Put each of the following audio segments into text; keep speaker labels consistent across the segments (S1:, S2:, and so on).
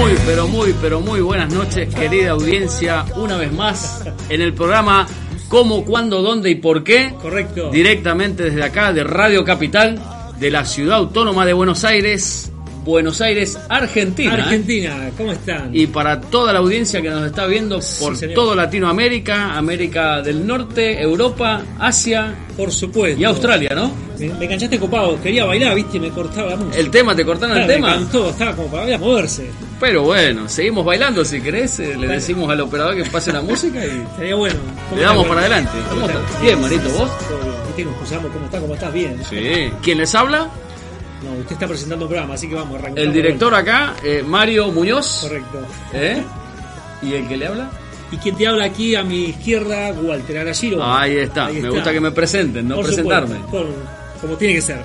S1: Muy, pero muy, pero muy buenas noches, querida audiencia, una vez más en el programa Cómo, Cuándo, Dónde y Por qué.
S2: Correcto.
S1: Directamente desde acá, de Radio Capital, de la ciudad autónoma de Buenos Aires, Buenos Aires, Argentina. ¿eh?
S2: Argentina, ¿cómo están?
S1: Y para toda la audiencia que nos está viendo por
S2: señor.
S1: todo Latinoamérica, América del Norte, Europa, Asia
S2: Por supuesto.
S1: y Australia, ¿no?
S2: Me, me enganchaste copado, quería bailar, viste, y me cortaba la música.
S1: El tema, te cortaron el
S2: Claro, me
S1: tema.
S2: cantó, estaba como para moverse.
S1: Pero bueno, seguimos bailando si querés. eh, Le decimos al operador que pase la música y.
S2: Estaría bueno. ¿Cómo
S1: Le damos para
S2: estás, Juan?
S1: adelante.
S2: ¿Cómo
S1: ¿Cómo
S2: estás?
S1: estás? Bien, Marito, ¿vos?
S2: Todo bien. Viste, nos cruzamos, ¿cómo estás? ¿Cómo estás? Bien.
S1: Sí. ¿Quién les habla?
S2: No, usted está presentando un programa, así que vamos, arrancamos.
S1: El director acá, eh, Mario Muñoz.
S2: Correcto.
S1: ¿Eh? ¿Y el que le habla?
S2: ¿Y quién te habla aquí a mi izquierda? Walter Arashiro.
S1: Ahí está. Me gusta que me presenten, no
S2: Por
S1: presentarme.
S2: supuesto, con- como tiene que ser.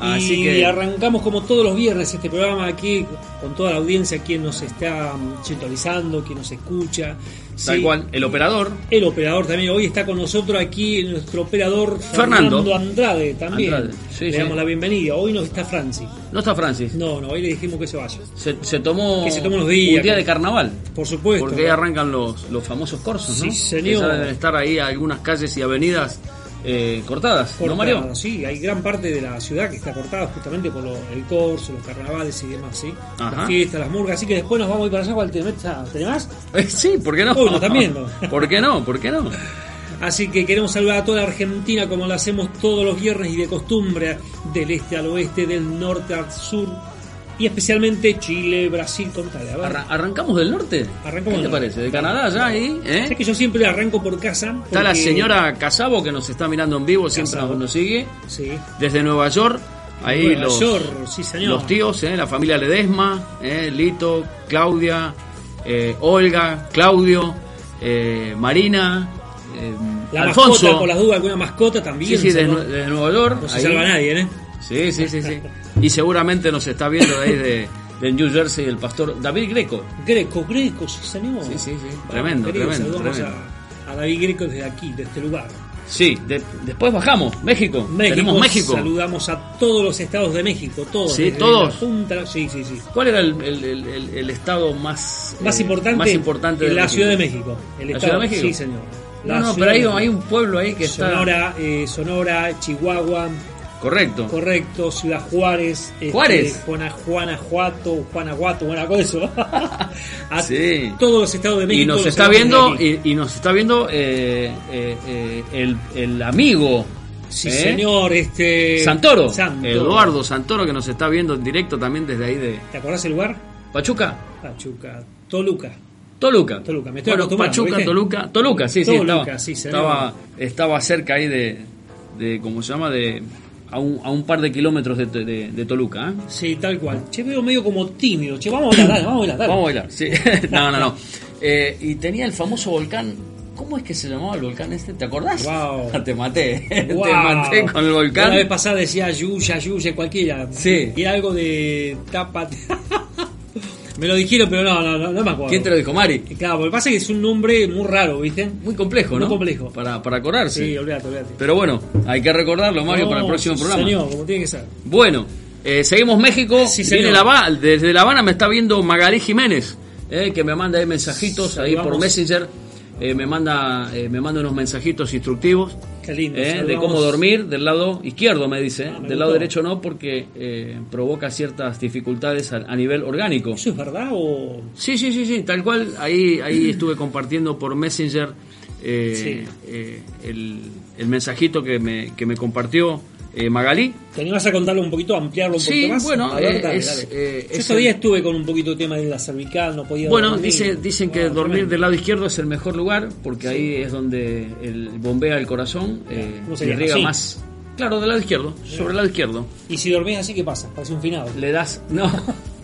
S1: Así
S2: y
S1: que-
S2: arrancamos como todos los viernes este programa aquí con toda la audiencia, quien nos está mm, sintonizando, quien nos escucha.
S1: Tal
S2: Sí.
S1: cual, el operador.
S2: El operador también, hoy está con nosotros aquí nuestro operador
S1: Fernando.
S2: Fernando, Andrade también.
S1: Andrade, sí,
S2: le
S1: sí.
S2: damos la bienvenida. Hoy no está Franci.
S1: No está Francis.
S2: No, no, hoy le dijimos que se vaya.
S1: Se, se tomó
S2: Que se tomó unos días.
S1: un día de carnaval.
S2: Por supuesto.
S1: Porque ahí arrancan los, los famosos corsos, ¿no?
S2: Sí, señor.
S1: Que deben estar ahí algunas calles y avenidas eh, cortadas, ¿no,
S2: Cortado,
S1: Mario?
S2: Sí, hay gran parte de la ciudad que está cortada justamente por lo- el corso, los carnavales y demás, ¿sí?
S1: Ajá.
S2: Las fiestas, las murgas, así que después nos vamos a ir para allá, Walter, ¿me está- ¿te animás?
S1: Eh, sí, ¿por qué no?
S2: Uy, lo están viendo.
S1: ¿Por qué no? ¿Por qué no?
S2: Así que queremos saludar a toda la Argentina como lo hacemos todos los viernes y de costumbre, del este al oeste, del norte al sur, y especialmente Chile, Brasil, contale, a ver.
S1: Arra- ¿Arrancamos del norte?
S2: Arrancamos
S1: ¿Qué te
S2: del norte.
S1: parece? ¿De Canadá ya ahí? ¿eh?
S2: Sé que yo siempre arranco por casa.
S1: Está la
S2: porque-
S1: señora Casabo que nos está mirando en vivo, siempre
S2: Casabo.
S1: nos sigue.
S2: Sí.
S1: Desde Nueva York, ahí
S2: Nueva
S1: los,
S2: York, sí, señor.
S1: los tíos, eh, la familia Ledesma, eh, Lito, Claudia, eh, Olga, Claudio, eh, Marina, eh,
S2: La mascota,
S1: Alfonso.
S2: por las dudas, alguna mascota también.
S1: sí, sí,
S2: se-
S1: desde,
S2: no,
S1: Nue- desde Nueva York.
S2: no se
S1: ahí.
S2: salva nadie, ¿eh?
S1: Sí, sí, sí, sí. Y seguramente nos está viendo ahí de, de New Jersey el pastor David Greco.
S2: Greco, Greco, sí, señor.
S1: Sí, sí, sí.
S2: Vamos,
S1: Tremendo,
S2: querido,
S1: tremendo,
S2: saludamos
S1: tremendo.
S2: A, a David Greco desde aquí, de este lugar.
S1: Sí, de- después bajamos, México. Tenemos México.
S2: Saludamos a todos los estados de México, todos.
S1: Sí,
S2: desde
S1: todos.
S2: la punta a la- sí, sí, sí.
S1: ¿Cuál era el, el- el- el- el estado más,
S2: Más
S1: eh,
S2: importante,
S1: más importante
S2: la
S1: México?
S2: Ciudad de México. El
S1: ¿La
S2: estado,
S1: Ciudad de México?
S2: Sí, señor. La
S1: No, no,
S2: Ciudad
S1: pero hay,
S2: de México.
S1: hay un pueblo ahí que está.
S2: Sonora, eh, Sonora, Chihuahua,
S1: Correcto.
S2: correcto, Ciudad Juárez, este,
S1: ¿Juárez?
S2: Juana, Juanajuato, Guanajuato, bueno, con eso. a
S1: Sí.
S2: todos los estados de México.
S1: y nos
S2: los
S1: está
S2: estados de
S1: viendo
S2: México.
S1: y, y nos está viendo eh, eh, eh, el, el amigo
S2: Sí,
S1: ¿eh?
S2: señor, este.
S1: Santoro,
S2: Santoro.
S1: Eduardo Santoro que nos está viendo en directo también desde ahí de
S2: ¿Te acordás el lugar?
S1: Pachuca
S2: Pachuca, Toluca.
S1: Toluca
S2: Toluca, me estoy
S1: Bueno,
S2: acostumbrando,
S1: Pachuca
S2: ¿viste?
S1: Toluca Toluca sí
S2: Toluca,
S1: sí
S2: sí,
S1: estaba
S2: señor.
S1: estaba estaba cerca ahí de, de cómo se llama de a un, a un par de kilómetros de, de- de Toluca ¿eh?
S2: Sí, tal cual. Che, veo medio como tímido. Che, vamos a bailar, dale, vamos a bailar, dale.
S1: Vamos a bailar, sí. no, no, no. Eh, y tenía el famoso volcán. ¿Cómo es que se llamaba el volcán este? ¿Te acordás?
S2: Guau.
S1: Te maté. Te
S2: Guau.
S1: maté con el volcán.
S2: Una vez pasada decía Yuya, Yuya, cualquiera.
S1: Sí.
S2: Y era algo de tapa. Me lo dijeron, pero no, no, no, no me acuerdo.
S1: ¿Quién te lo dijo? Mari.
S2: Claro, lo que pasa es que es un nombre muy raro, ¿viste?
S1: Muy complejo, ¿no?
S2: Muy complejo.
S1: Para, para acordarse.
S2: Sí, olvídate, olvídate.
S1: Pero bueno, hay que recordarlo, Mario,
S2: No,
S1: para el próximo
S2: sí,
S1: programa.
S2: Señor, como tiene que ser.
S1: Bueno, eh, seguimos México.
S2: Sí,
S1: Viene
S2: señor.
S1: La Hava- desde La Habana me está viendo Magalí Jiménez, eh, que me manda ahí mensajitos ahí por
S2: Saludamos.
S1: Messenger. Eh, me manda eh, me manda unos mensajitos instructivos
S2: Qué lindo,
S1: eh, de
S2: saludamos.
S1: cómo dormir del lado izquierdo me dice eh.
S2: Ah, me
S1: del
S2: gustó.
S1: lado derecho no porque eh, provoca ciertas dificultades a, a nivel orgánico
S2: ¿Eso es verdad o.?
S1: Sí, sí, sí, sí, tal cual. Ahí, ahí estuve compartiendo por Messenger eh,
S2: Sí.
S1: eh, el, el mensajito que me, que me compartió eh, Magalí.
S2: ¿Te animás a contarlo un poquito, ampliarlo un
S1: Sí,
S2: poquito más?
S1: bueno,
S2: A ver,
S1: eh,
S2: dale,
S1: es,
S2: dale.
S1: eh,
S2: Yo
S1: es
S2: ese día
S1: el-
S2: estuve con un poquito de tema de la cervical, no podía
S1: Bueno,
S2: dormir.
S1: dice, dicen que
S2: Ah,
S1: dormir
S2: tremendo.
S1: del lado izquierdo es el mejor lugar porque ahí es donde el bombea el corazón eh,
S2: ¿Cómo
S1: y
S2: sería?
S1: riega
S2: Así.
S1: más. Claro, del lado izquierdo, sobre el lado izquierdo.
S2: Y si dormís así, ¿qué pasa? Parece un finado.
S1: Le das, no,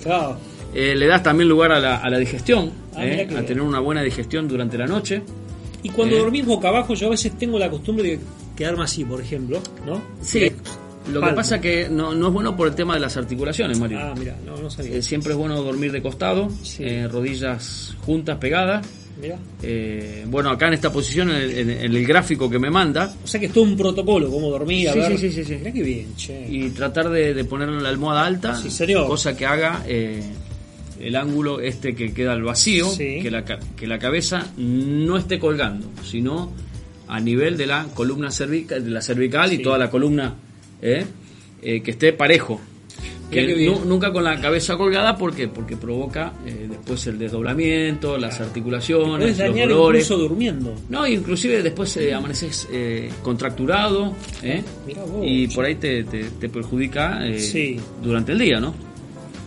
S2: Claro.
S1: eh, le das también lugar a la, a la digestión,
S2: Ah,
S1: eh,
S2: mirá qué
S1: a
S2: bien.
S1: tener una buena digestión durante la noche.
S2: Y cuando
S1: Eh.
S2: dormís boca abajo, yo a veces tengo la costumbre de quedarme así, por ejemplo, ¿no? Eh,
S1: Sí,
S2: Directo.
S1: Eh, lo que
S2: Palma.
S1: pasa que no, no es bueno por el tema de las articulaciones, Mario.
S2: Ah, mira, no, no sabía.
S1: Eh, siempre es bueno dormir de costado,
S2: Sí.
S1: eh, rodillas juntas, pegadas.
S2: Mirá.
S1: Eh, bueno, acá en esta posición, en el, en- en el gráfico que me manda,
S2: O sea que es todo un protocolo, cómo dormir, a
S1: Sí,
S2: ver.
S1: sí, sí, sí, sí.
S2: Mirá qué bien, che.
S1: y tratar de, de poner la almohada alta,
S2: Sí, señor.
S1: cosa que haga eh, el ángulo este que queda al vacío,
S2: Sí.
S1: que, la, ca- que la cabeza no esté colgando, sino a nivel de la columna cervical, de la cervical y
S2: Sí.
S1: toda la columna eh, eh, que esté parejo.
S2: Mirá qué
S1: Que
S2: bien.
S1: nu- nunca con la cabeza colgada, ¿por qué? Porque provoca eh, después el desdoblamiento, las
S2: Puedes
S1: articulaciones, los
S2: dañar
S1: dolores.
S2: incluso durmiendo.
S1: No, inclusive después eh, amaneces eh, contracturado ¿eh?
S2: Mirá vos.
S1: y por ahí te, te- te perjudica eh,
S2: Sí.
S1: durante el día, ¿no?
S2: Mirá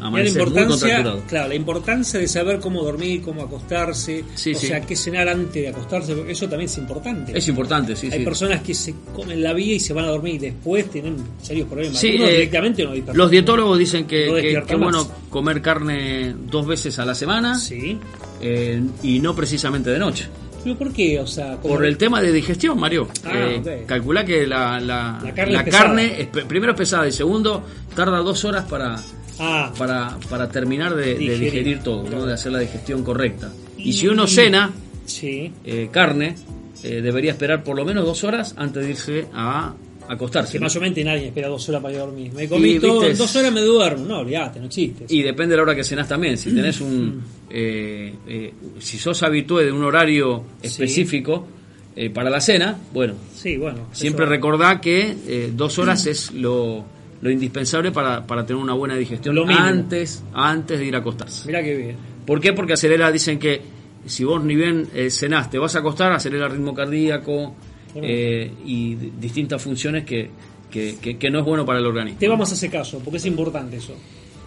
S2: la
S1: Amaneces muy
S2: importancia,
S1: contracturado.
S2: claro, la importancia de saber cómo dormir, cómo acostarse,
S1: Sí,
S2: o
S1: sí.
S2: sea, qué cenar antes de acostarse, porque eso también es importante.
S1: Es importante, sí,
S2: Hay
S1: sí.
S2: personas que se comen la vida y se van a dormir y después tienen serios problemas.
S1: Sí,
S2: Algunos
S1: eh,
S2: directamente no despiertan.
S1: Los dietólogos dicen que,
S2: No
S1: que-
S2: despierta
S1: que, bueno
S2: más.
S1: comer carne dos veces a la semana
S2: Sí.
S1: eh, y no precisamente de noche.
S2: ¿Pero por qué? O sea, como-
S1: Por el tema de digestión, Mario.
S2: Ah, ok.
S1: Calcula que la, la-
S2: La carne es pesada.
S1: carne es pe- primero es pesada y segundo tarda dos horas para,
S2: Ah,
S1: para, para terminar de de digerir,
S2: Digerir.
S1: todo, ¿no?
S2: Claro.
S1: de hacer la digestión correcta. Y
S2: Y-
S1: si uno cena
S2: sí.
S1: eh, carne, eh, debería esperar por lo menos dos horas antes de irse a acostarse.
S2: Que
S1: ¿no?
S2: más o menos nadie espera dos horas para ir a dormir. Me comí
S1: Y,
S2: todo,
S1: viste,
S2: en dos horas me duermo. No, olvídate, no existe.
S1: Y depende de la hora que cenás también.
S2: Mm.
S1: Si tenés un. eh, eh, si sos habitué de un horario específico eh, para la cena, bueno,
S2: sí, bueno.
S1: siempre
S2: eso- Mm.
S1: recordá que eh, dos horas es lo, lo indispensable para, para tener una buena digestión
S2: Lo mínimo.
S1: antes, antes de ir a acostarse.
S2: Mirá qué bien.
S1: ¿Por qué? Porque acelera, dicen que si vos ni bien eh, cenás, te vas a acostar, acelera el ritmo cardíaco eh, y d- distintas funciones que, que, que- que no es bueno para el organismo.
S2: Te vamos a hacer caso, porque es importante eso.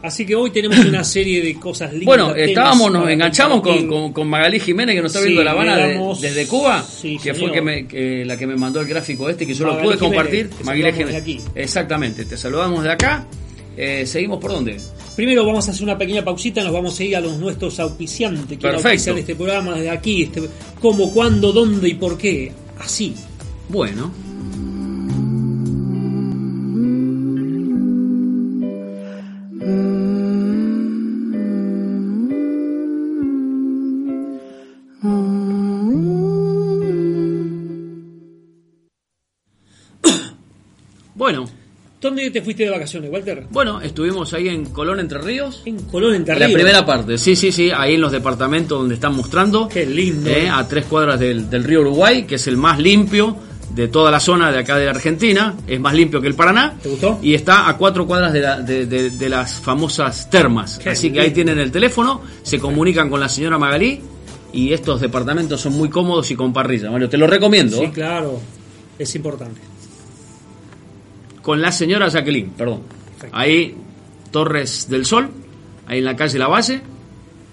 S2: Así que hoy tenemos una serie de cosas lindas.
S1: Bueno,
S2: temas
S1: estábamos, nos
S2: para
S1: enganchamos con,
S2: compartir.
S1: con, con Magalí Jiménez, que nos está
S2: Sí,
S1: viendo La Habana
S2: le
S1: de-
S2: damos-
S1: desde Cuba,
S2: sí,
S1: que
S2: señor.
S1: fue que me- que la que me mandó el gráfico este, que yo
S2: Magalí
S1: lo pude compartir.
S2: Jiménez, te
S1: Magalí
S2: saludamos
S1: Jiménez.
S2: de aquí.
S1: Exactamente, te saludamos de acá. Eh, ¿Seguimos por dónde?
S2: Primero vamos a hacer una pequeña pausita, nos vamos a ir a los nuestros auspiciantes. Quiero
S1: Perfecto.
S2: auspiciar este programa desde aquí, este, cómo, cuándo, dónde y por qué. Así.
S1: Bueno, bueno,
S2: ¿Dónde te fuiste de vacaciones, Walter?
S1: bueno, estuvimos ahí en Colón Entre Ríos.
S2: En Colón, en
S1: La primera parte, sí, sí, sí, ahí en los departamentos donde están mostrando.
S2: Qué lindo.
S1: Eh, a tres cuadras del, del río Uruguay, que es el más limpio de toda la zona de acá de la Argentina. Es más limpio que el Paraná.
S2: ¿Te gustó?
S1: Y está a cuatro cuadras de, la- de- de- de las famosas termas.
S2: Qué
S1: Así que ahí
S2: lindo.
S1: tienen el teléfono, se comunican con la señora Magalí. Y estos departamentos son muy cómodos y con parrilla. Mario, te lo recomiendo.
S2: Sí,
S1: ¿eh?
S2: claro. Es importante.
S1: Con la señora Jacqueline, perdón.
S2: Perfecto.
S1: Ahí, Torres del Sol, ahí en la calle La Valle,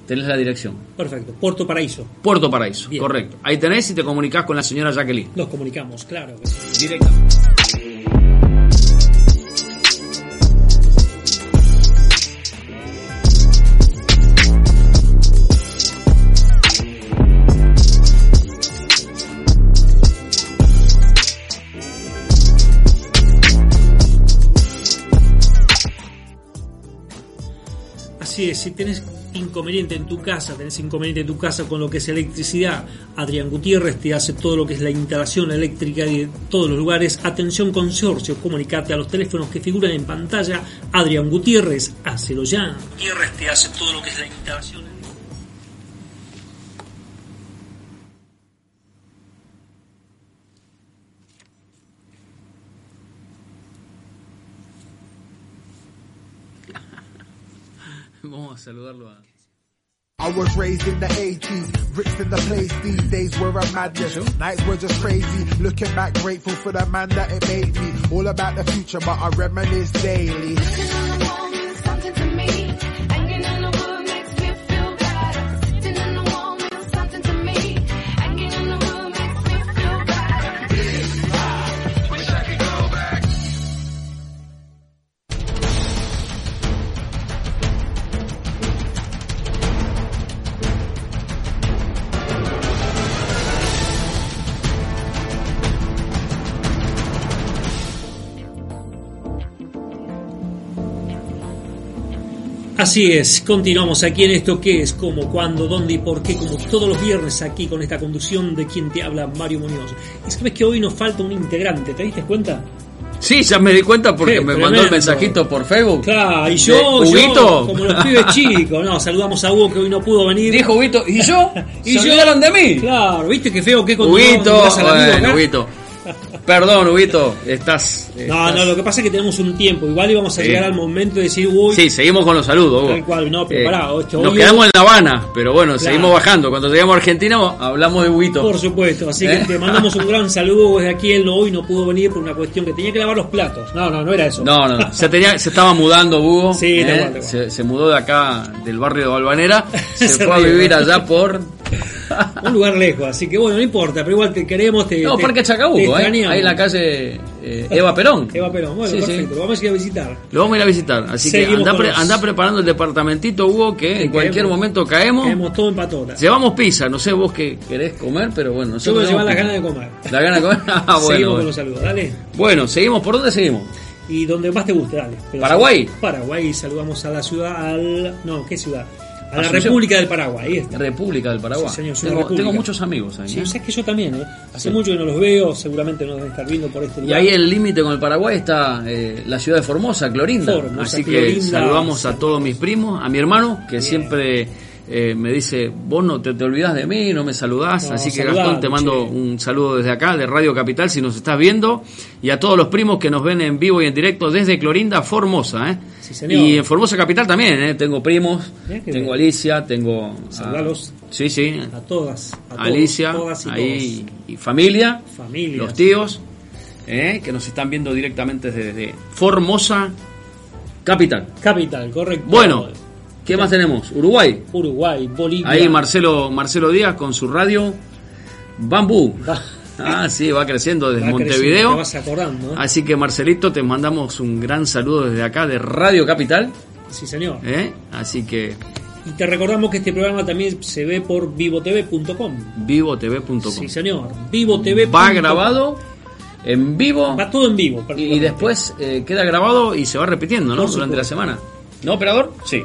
S1: tenés la dirección.
S2: Perfecto. Puerto Paraíso.
S1: Puerto Paraíso,
S2: Bien.
S1: correcto. Ahí tenés y te comunicás con la señora Jacqueline.
S2: Nos comunicamos, claro. que sí.
S1: Directamente.
S2: Así es, si tenés inconveniente en tu casa, tenés inconveniente en tu casa con lo que es electricidad, Adrián Gutiérrez te hace todo lo que es la instalación eléctrica de todos los lugares. Atención consorcio, comunicate a los teléfonos que figuran en pantalla. Adrián Gutiérrez, hácelo ya. Gutiérrez te hace todo lo que es la instalación.
S1: Vamos a saludarlo a...
S3: I was raised in the 80s, ripped in the place, these days were a madness, nights were just crazy, looking back grateful for the man that it made me, all about the future but I reminisce daily.
S4: Knocking on the wall means something to me. Hanging on the wood makes me feel better. Sitting on the wall means something to me. Hanging on the wood makes me feel better.
S2: Así es, continuamos aquí en esto que es, cómo, cuándo, dónde y por qué, como todos los viernes aquí con esta conducción de quien te habla Mario Muñoz. Y sabes que hoy nos falta un integrante, ¿te diste cuenta?
S1: Sí, ya me di cuenta porque
S2: Qué
S1: me mandó el
S2: tremendo.
S1: mensajito por Facebook.
S2: Claro, y
S1: De
S2: yo, yo
S1: Huguito.
S2: como los pibes chicos, no, saludamos a Hugo que hoy no pudo venir.
S1: Dijo Huguito, ¿y yo? ¿Y
S2: Se
S1: yo?
S2: olvidaron
S1: de mí?
S2: Claro, viste qué feo que
S1: Huguito,
S2: continuamos, mirás al amigo
S1: bueno,
S2: acá.
S1: Huguito. Perdón, Huguito, estás...
S2: No,
S1: estás-
S2: no, lo que pasa es que tenemos un tiempo, igual íbamos a
S1: Sí.
S2: llegar al momento de decir, uy,
S1: Sí, seguimos con los saludos. Hugo.
S2: Tal cual, no, pero pará, esto
S1: nos
S2: hoy-
S1: quedamos en La Habana, pero bueno,
S2: Claro.
S1: seguimos bajando. Cuando lleguemos a Argentina hablamos de Huguito.
S2: Por supuesto, así
S1: ¿Eh?
S2: que te mandamos un gran saludo desde aquí. Él no, hoy no pudo venir por una cuestión que tenía que lavar los platos. No, no, no era eso.
S1: No, no, no. Se, tenía, se estaba mudando Hugo.
S2: Sí,
S1: ¿eh?
S2: tal cual, tal cual.
S1: Se, se mudó de acá, del barrio de Balvanera. Se,
S2: Se
S1: fue a
S2: ríe,
S1: vivir
S2: ¿no?
S1: allá por.
S2: Un lugar lejos, así que bueno, no importa, pero igual te queremos. Te,
S1: No,
S2: te-
S1: Parque
S2: te
S1: Chacabuco, ¿eh?
S2: extrañamos.
S1: Ahí en la calle eh, Eva Perón.
S2: Eva Perón, bueno,
S1: Sí, sí.
S2: perfecto, lo vamos a ir a visitar.
S1: Lo vamos a ir a visitar. Así
S2: Seguimos
S1: que anda,
S2: con los-
S1: preparando el departamentito, Hugo, que en cualquier
S2: caemos.
S1: momento caemos.
S2: Tenemos todo en patota.
S1: Llevamos pizza, no sé vos qué querés comer, pero bueno.
S2: Yo
S1: nosotros
S2: me llevar las ganas
S1: tenemos
S2: de comer.
S1: pizza. ¿La gana de comer? Ah, bueno,
S2: Seguimos con
S1: bueno.
S2: los saludos, dale.
S1: Bueno, seguimos. ¿Por dónde seguimos?
S2: Y donde más te guste, dale. Pero
S1: Paraguay.
S2: Paraguay, saludamos a la ciudad, al. No, ¿qué ciudad? A la
S1: Asunción.
S2: República del Paraguay, ahí está.
S1: República del Paraguay.
S2: Sí, señor, es una
S1: tengo,
S2: república.
S1: tengo muchos amigos ahí.
S2: Sí,
S1: ¿eh?
S2: o sea, es que yo también, ¿eh? Hace mucho que no los veo, seguramente no deben estar viendo por este
S1: Y
S2: lugar.
S1: ahí el límite con el Paraguay está eh, la ciudad de Formosa, Clorinda.
S2: Formosa,
S1: Así que
S2: Clorinda.
S1: saludamos a todos mis primos, a mi hermano, que siempre eh, me dice, vos no te, te olvidás de mí, no me saludás.
S2: No,
S1: Así que
S2: saludame,
S1: Gastón, te mando
S2: che.
S1: un saludo desde acá, de Radio Capital, si nos estás viendo. Y a todos los primos que nos ven en vivo y en directo desde Clorinda, Formosa. ¿eh?
S2: Sí, señor.
S1: y en Formosa Capital también, ¿eh? tengo primos,
S2: Mirá que
S1: tengo
S2: bien.
S1: Alicia, tengo... a-
S2: Saludalos.
S1: Sí, sí.
S2: A todas, a todos,
S1: Alicia,
S2: todas y
S1: ahí, y familia,
S2: Familia.
S1: los tíos, eh, que nos están viendo directamente desde Formosa, capital.
S2: todos. Capital, correcto.
S1: Bueno, ¿qué más tenemos? Uruguay.
S2: Uruguay, Bolivia.
S1: Ahí Marcelo, Marcelo Díaz con su radio Bambú.
S2: Va-
S1: Ah, sí, va creciendo desde
S2: va creciendo, Te
S1: Montevideo.
S2: vas acordando, ¿eh?
S1: Así que Marcelito, te mandamos un gran saludo desde acá de Radio Capital.
S2: Sí, señor.
S1: eh. Así que
S2: Y te recordamos que este programa también se ve por vivotv.com.
S1: vivotv.com.
S2: Sí, señor. Vivotv.
S1: va grabado en vivo.
S2: Va todo en vivo.
S1: Y, y después eh, queda grabado y se va repitiendo, ¿no?
S2: Por
S1: Durante la
S2: supuesto.
S1: semana. ¿No, operador? Sí.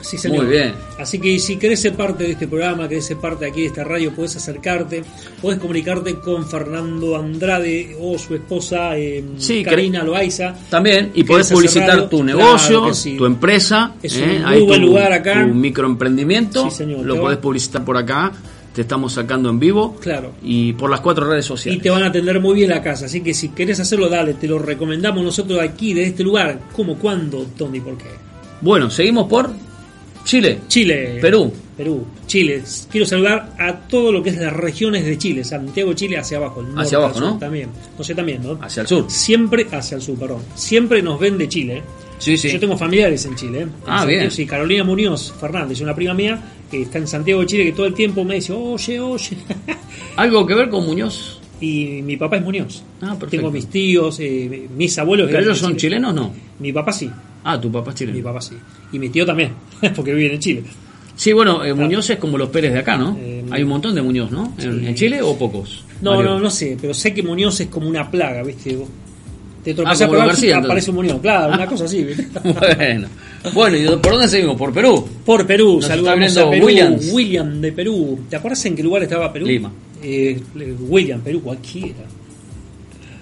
S2: Sí, señor.
S1: Muy bien.
S2: Así que si querés ser parte de este programa, querés ser parte aquí de esta radio, podés acercarte, podés comunicarte con Fernando Andrade o su esposa eh,
S1: Sí,
S2: Karina Loaiza.
S1: También, y
S2: ¿Querés
S1: podés
S2: hacer
S1: publicitar
S2: radio?
S1: tu
S2: Claro
S1: negocio,
S2: que sí.
S1: tu empresa.
S2: Es
S1: ¿eh?
S2: un muy
S1: Ahí
S2: buen
S1: tu-
S2: lugar acá.
S1: Tu microemprendimiento.
S2: Sí, señor. Te
S1: Lo
S2: va-
S1: podés publicitar por acá. Te estamos sacando en vivo.
S2: Claro.
S1: Y por las cuatro redes
S2: Y
S1: sociales.
S2: te van a atender muy bien la casa. Así que si querés hacerlo, dale. Te lo recomendamos nosotros aquí, de este lugar. ¿Cómo, cuándo, dónde y por qué?
S1: Bueno, seguimos por Chile.
S2: Chile.
S1: Perú.
S2: Perú. Chile. Quiero saludar a todo lo que es las regiones de Chile. Santiago, Chile, hacia abajo. el norte,
S1: Hacia abajo,
S2: al sur
S1: ¿no?
S2: También. No sé, también, ¿no?
S1: Hacia el sur.
S2: Siempre hacia el sur, perdón. Siempre nos ven de Chile.
S1: Sí, sí.
S2: Yo tengo familiares en Chile. ¿eh? En
S1: Ah,
S2: Santiago,
S1: bien.
S2: Sí, Carolina Muñoz Fernández, una prima mía que está en Santiago de Chile que todo el tiempo me dice, oye, oye.
S1: ¿Algo que ver con Muñoz?
S2: y mi papá es Muñoz.
S1: Ah, perfecto.
S2: tengo mis tíos, eh, mis abuelos.
S1: ¿Pero
S2: eran
S1: ellos
S2: de
S1: son
S2: Chile.
S1: chilenos no?
S2: Mi papá sí,
S1: Ah, tu papá es
S2: mi
S1: chileno.
S2: papá sí. Y mi tío también, porque viven en Chile.
S1: Sí, bueno, eh, Muñoz es como los Pérez de acá, ¿no?
S2: Eh,
S1: Hay un montón de Muñoz, ¿no? ¿En, en Chile o pocos?
S2: No,
S1: Varios.
S2: no, no sé, pero sé que Muñoz es como una plaga, ¿viste? Vos te tropezás
S1: Ah, como
S2: por
S1: los
S2: algo,
S1: García, entonces.
S2: aparece un muñón. Claro, una cosa así. ¿viste?
S1: Bueno. Bueno, ¿y por dónde seguimos? ¿Por Perú?
S2: Por Perú,
S1: Nos
S2: saludamos
S1: está viendo
S2: a Perú.
S1: Williams.
S2: William de Perú. ¿Te acuerdas en qué lugar estaba Perú?
S1: Lima.
S2: Eh, William, Perú, cualquiera.
S1: De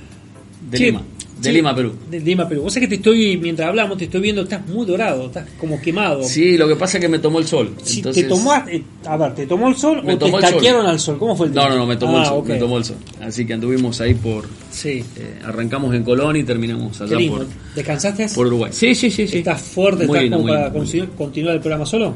S2: Che,
S1: Lima. De
S2: sí,
S1: Lima, Perú.
S2: De Lima, Perú. Vos sabés que te estoy, mientras hablamos, te estoy viendo, estás muy dorado, estás como quemado.
S1: Sí, lo que pasa es que me tomó el sol.
S2: Si
S1: entonces-
S2: te tomás, eh, a ver, ¿te tomó el sol
S1: Me
S2: o te
S1: tomó el sol.
S2: taquearon al sol? ¿Cómo fue el
S1: No,
S2: tema?
S1: no, no, me tomó el
S2: Ah,
S1: sol.
S2: ok.
S1: Me tomó el sol. Así que anduvimos ahí por.
S2: Sí,
S1: eh, arrancamos en Colón y terminamos
S2: qué
S1: allá
S2: lindo.
S1: por,
S2: ¿Descansaste?
S1: por Uruguay. Sí, sí, sí. sí.
S2: ¿Estás
S1: Muy
S2: fuerte? ¿Estás
S1: bien,
S2: como
S1: muy
S2: para
S1: bien, muy
S2: conseguir- continuar el programa solo?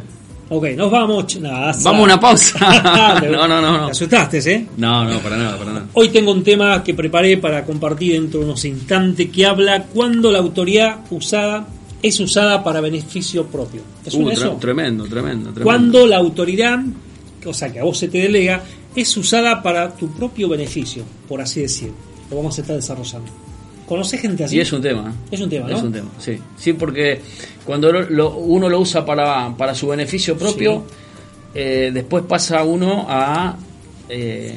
S2: Ok, nos vamos. ch- nah, asa.
S1: Vamos a una pausa.
S2: Te-
S1: No, no, no, no.
S2: Te asustaste, ¿eh?
S1: No, no, para nada, para nada.
S2: Hoy tengo un tema que preparé para compartir dentro de unos instantes que habla cuando la autoridad usada es usada para beneficio propio. ¿Te
S1: Uh,
S2: suena
S1: tre-
S2: eso?
S1: tremendo, tremendo, tremendo.
S2: Cuando la autoridad, o sea, que a vos se te delega, es usada para tu propio beneficio, por así decir. Lo vamos a estar desarrollando. ¿Conocés gente así?
S1: Y es un tema.
S2: Es un tema, ¿no?
S1: Es un tema, sí. Sí, porque cuando lo- lo- uno lo usa para, para su beneficio propio, eh, después pasa uno a. eh,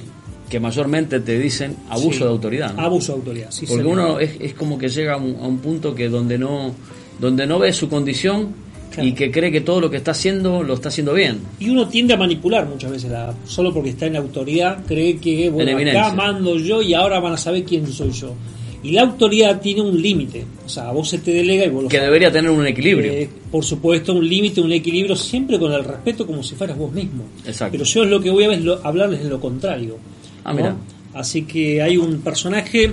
S1: que mayormente te dicen abuso
S2: Sí.
S1: de autoridad. ¿no?
S2: Abuso de autoridad, sí.
S1: porque
S2: señor.
S1: uno es, es como que llega a un, a un punto que donde no donde no ve su condición
S2: Claro.
S1: y que cree que todo lo que está haciendo lo está haciendo bien
S2: Y uno tiende a manipular muchas veces, la, solo porque está en la autoridad, cree que,
S1: En
S2: bueno,
S1: eminencia.
S2: acá mando yo y ahora van a saber quién soy yo. Y la autoridad tiene un límite, o sea, a vos se te delega y vos lo
S1: que
S2: sabés.
S1: debería tener un equilibrio
S2: Eh, por supuesto, un límite, un equilibrio, siempre con el respeto como si fueras vos mismo.
S1: Exacto.
S2: Pero yo lo que voy a ver es lo- hablarles de lo contrario.
S1: Ah, mirá.
S2: Así que hay un personaje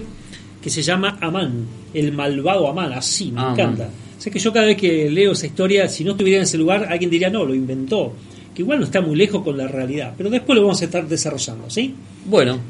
S2: que se llama Amán, el malvado Amán, así, me
S1: Ah,
S2: encanta.
S1: Amán.
S2: Sé que yo cada vez que leo esa historia, si no estuviera en ese lugar, alguien diría, no, lo inventó. Que igual no está muy lejos con la realidad. Pero después lo vamos a estar desarrollando, ¿sí?
S1: bueno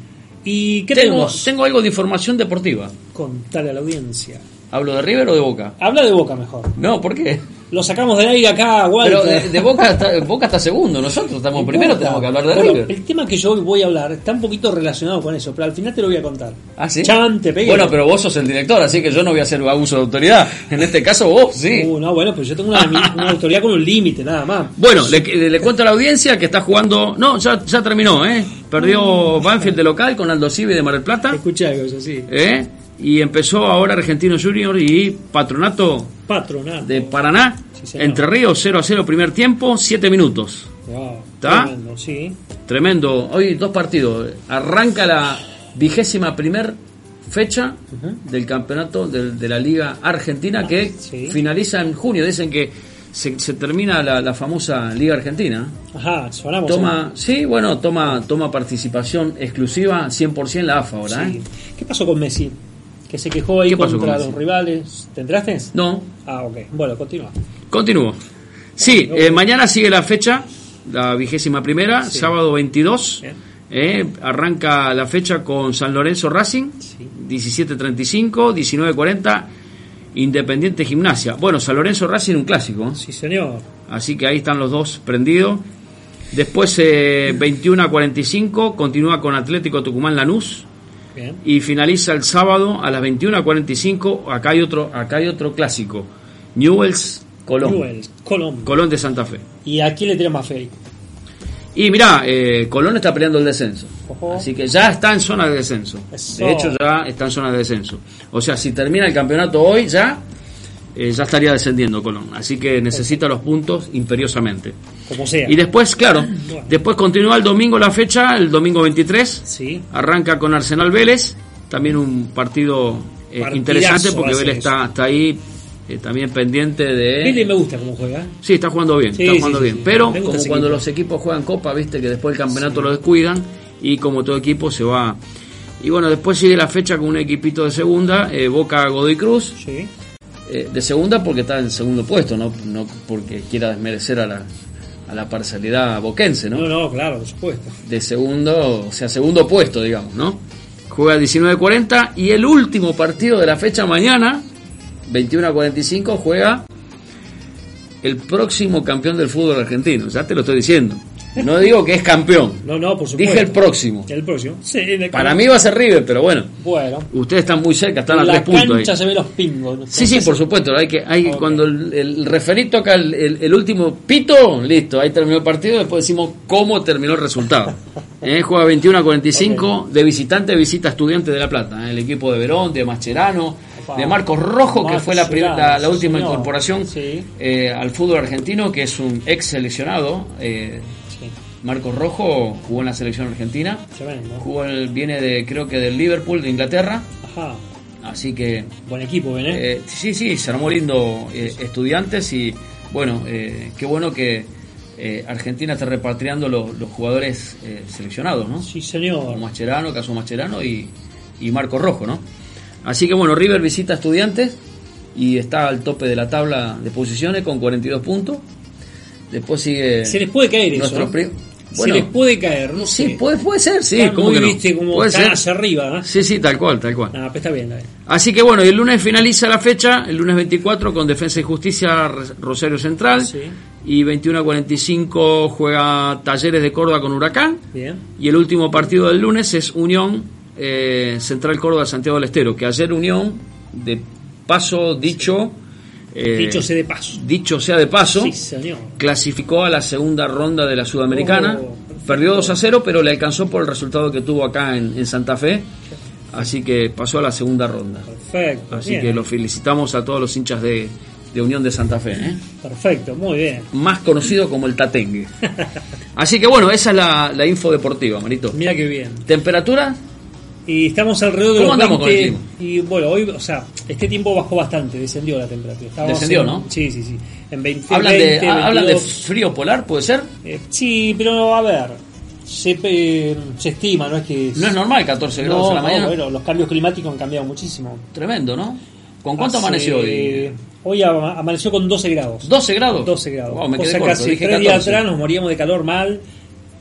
S2: ¿Y qué
S1: tengo
S2: tenemos?
S1: tengo algo de información deportiva
S2: Contarle a la audiencia.
S1: hablo de River o de Boca
S2: Habla de Boca mejor.
S1: no por qué
S2: Lo sacamos del aire acá, Walter.
S1: pero eh, de, de Boca está, Boca está segundo nosotros estamos primero
S2: importa.
S1: tenemos que hablar de
S2: Bueno,
S1: River
S2: El tema que yo hoy voy a hablar está un poquito relacionado con eso, pero al final te lo voy a contar.
S1: ¿Ah, sí?
S2: Chan, te pegué.
S1: bueno, pero vos sos el director, así que yo no voy a hacer abuso de autoridad. En este caso vos, sí.
S2: Uh, no, bueno, pero yo tengo una, una autoridad con un límite, nada más.
S1: Bueno, le, le cuento a la audiencia que está jugando. No, ya, ya terminó, ¿eh?
S2: Mm.
S1: Perdió Banfield de local con Aldo Civi de Mar del Plata.
S2: Escuché algo, eso sí.
S1: ¿eh? Y empezó ahora Argentino Junior y Patronato
S2: Patronato.
S1: de Paraná.
S2: Sí, señor.
S1: Entre Ríos, 0 a 0, primer tiempo, 7 minutos.
S2: Wow,
S1: ¿Está?
S2: tremendo, sí.
S1: Tremendo. Hoy dos partidos. Arranca la vigésima primer fecha del campeonato de, de la Liga Argentina que
S2: sí.
S1: finaliza en junio. Dicen que se, se termina la, la famosa Liga Argentina.
S2: Ajá, sonamos.
S1: Toma, sí, bueno, toma, toma participación exclusiva 100% la AFA ahora, ¿eh?
S2: ¿eh? Sí. ¿Qué pasó con Messi? Que se quejó ahí
S1: ¿Qué pasó
S2: contra
S1: con
S2: los
S1: Messi?
S2: rivales. ¿Te enteraste?
S1: No,
S2: Ah, ok. Bueno, continúa.
S1: continúo. Sí, eh, mañana sigue la fecha, la vigésima primera, sábado 22.
S2: Bien.
S1: eh, arranca la fecha con San Lorenzo Racing, 17.35, 19.40, Independiente Gimnasia. Bueno, San Lorenzo Racing un clásico, ¿eh?
S2: Sí, señor.
S1: así que ahí están los dos prendidos. Después eh, 21 a 45, continúa con Atlético Tucumán Lanús.
S2: Bien.
S1: y finaliza el sábado a las 21.45. Acá hay otro, acá hay otro clásico. Newells Colón.
S2: Newell's, Colón.
S1: Colón de Santa Fe.
S2: ¿Y a quién le tenemos más fe? ahí?
S1: Y mirá, eh, Colón está peleando el descenso.
S2: Ojo.
S1: Así que ya está en zona de descenso.
S2: Eso.
S1: De hecho, ya está en zona de descenso. O sea, si termina el campeonato hoy, ya, eh, ya estaría descendiendo Colón. Así que necesita los puntos imperiosamente.
S2: Como sea.
S1: Y después, claro, después continúa el domingo la fecha, el domingo 23.
S2: Sí.
S1: Arranca con Arsenal Vélez, también un partido eh,
S2: Partidazo
S1: interesante porque
S2: va a ser
S1: Vélez está, está ahí eh, también pendiente de...
S2: Pele me gusta cómo juega.
S1: Sí, está jugando bien,
S2: Sí,
S1: está
S2: sí,
S1: jugando
S2: sí,
S1: bien.
S2: sí.
S1: Pero
S2: Me gusta
S1: como
S2: ese
S1: cuando
S2: equipo.
S1: los equipos juegan copa, viste que después del campeonato lo descuidan y como todo equipo se va... Y bueno, después sigue la fecha con un equipito de segunda, eh, Boca Godoy Cruz,
S2: Sí.
S1: eh, de segunda porque está en segundo puesto, no, no porque quiera desmerecer a la, a la parcialidad boquense, ¿no?
S2: No, no, claro, por supuesto.
S1: de segundo, o sea, segundo puesto, digamos, ¿no? Juega 19.40 y el último partido de la fecha mañana, 21.45, juega el próximo campeón del fútbol argentino. Ya te lo estoy diciendo. No digo que es campeón.
S2: No, no, por supuesto.
S1: Dije el próximo.
S2: El próximo. Sí, en el-
S1: Para mí va a ser River, pero bueno,
S2: Bueno.
S1: ustedes están muy cerca, están
S2: En
S1: a
S2: la
S1: tres puntos ahí.
S2: cancha se ven los pingos.
S1: Sí, sí, por supuesto. Hay que, hay,
S2: Ok.
S1: Cuando el, el referí toca el, el- el último pito, listo, ahí terminó el partido. Después decimos cómo terminó el resultado. Eh, Juega 21 a 45 de visitante, visita a Estudiantes de La Plata. eh, el equipo de Verón, de Mascherano, de Marcos Rojo, que
S2: Marcos
S1: fue la, pri-
S2: Solano,
S1: la- la
S2: sí,
S1: última
S2: señor.
S1: incorporación
S2: Sí.
S1: eh, al fútbol argentino, que es un ex seleccionado. eh,
S2: Sí,
S1: Marcos Rojo jugó en la selección argentina,
S2: tremendo.
S1: jugó en el- viene de creo que del Liverpool, de Inglaterra,
S2: Ajá.
S1: así que
S2: Buen equipo, ven, ¿eh?
S1: eh, sí, sí, se armó lindo eh, estudiantes y bueno, eh, qué bueno que eh, Argentina está repatriando los, los jugadores eh, seleccionados, ¿no?
S2: Sí, señor.
S1: Como Mascherano, Caso Mascherano y, y Marco Rojo, ¿no? Así que bueno, River visita a estudiantes y está al tope de la tabla de posiciones con 42 puntos. Después sigue...
S2: Se les puede caer eso,
S1: nuestro
S2: ¿no?
S1: pri-
S2: Se
S1: Bueno,
S2: les puede caer, no
S1: Sí,
S2: sé.
S1: puede, puede ser, sí.
S2: Están
S1: ¿cómo
S2: muy,
S1: que no?
S2: viste, como
S1: Puede
S2: están
S1: ser.
S2: hacia arriba, ¿eh?
S1: Sí, sí, tal cual, tal cual.
S2: Nah, pero está bien, está bien.
S1: Así que bueno, y el lunes finaliza la fecha, el lunes 24 con Defensa y Justicia Ros- Rosario Central
S2: Sí.
S1: y 21 a 45 juega Talleres de Córdoba con Huracán
S2: Bien.
S1: y el último partido del lunes es Unión eh, Central Córdoba Santiago del Estero, que ayer Unión de paso dicho eh,
S2: Dicho sea de paso.
S1: dicho sea de paso
S2: Sí, señor.
S1: clasificó a la segunda ronda de la Sudamericana.
S2: Oh, perfecto.
S1: Perdió 2 a 0, pero le alcanzó por el resultado que tuvo acá en, en Santa Fe. Así que pasó a la segunda ronda.
S2: Perfecto.
S1: Así
S2: bien.
S1: que lo felicitamos a todos los hinchas de, de Unión de Santa Fe, ¿eh?
S2: Perfecto, muy bien.
S1: más conocido como el Tatengue. Así que bueno, esa es la, la info deportiva, Marito.
S2: Mira qué bien.
S1: ¿Temperatura?
S2: Y estamos alrededor de
S1: ¿Cómo
S2: los
S1: andamos con el
S2: 20, y bueno, hoy, o sea, este tiempo bajó bastante, descendió la temperatura. Estábamos
S1: Descendió,
S2: en-
S1: ¿no?
S2: Sí, sí, sí. En 20,
S1: ¿Hablan, de,
S2: 20,
S1: ha- hablan de
S2: 22.
S1: frío polar, puede ser?
S2: Eh, sí, pero a ver, se, eh, se estima, no es que...
S1: No es normal 14 grados
S2: No,
S1: a la
S2: no,
S1: mañana.
S2: bueno, los cambios climáticos han cambiado muchísimo.
S1: Tremendo, ¿no? ¿Con cuánto
S2: Hace-
S1: amaneció hoy?
S2: Hoy ama- amaneció con 12 grados.
S1: 12 grados.
S2: 12 grados.
S1: Wow, me
S2: o
S1: quedé
S2: sea,
S1: corto,
S2: casi
S1: dije
S2: tres días
S1: 14.
S2: atrás nos moríamos de calor mal,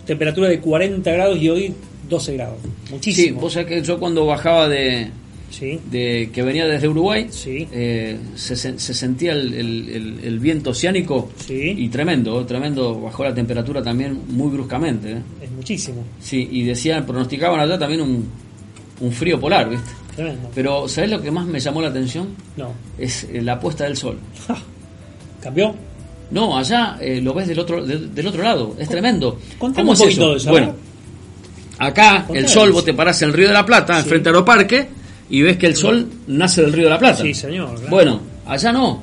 S2: temperatura de 40 grados y hoy 12 grados.
S1: Sí,
S2: Muchísimo.
S1: vos sabés que yo cuando bajaba de,
S2: Sí.
S1: de- que venía desde Uruguay,
S2: Sí.
S1: eh, se, sen- se sentía el, el- el- el viento oceánico
S2: Sí.
S1: y tremendo, ¿eh? tremendo, bajó la temperatura también muy bruscamente. ¿eh?
S2: es muchísimo.
S1: Sí, y decían, pronosticaban allá también un, un frío polar, ¿viste?
S2: Tremendo.
S1: Pero, ¿sabés lo que más me llamó la atención?
S2: No.
S1: Es eh, la puesta del sol.
S2: ¿Cambió?
S1: No, allá eh, lo ves del otro de- del otro lado, es tremendo.
S2: contame
S1: ¿Cómo
S2: un
S1: es
S2: poquito
S1: eso?
S2: de eso, a
S1: bueno,
S2: ver.
S1: acá el
S2: Contame
S1: sol,
S2: eso.
S1: vos te parás en el Río de la Plata, enfrente a los parques, y ves que el sol nace del Río de la Plata.
S2: Sí, señor, claro.
S1: Bueno, allá no.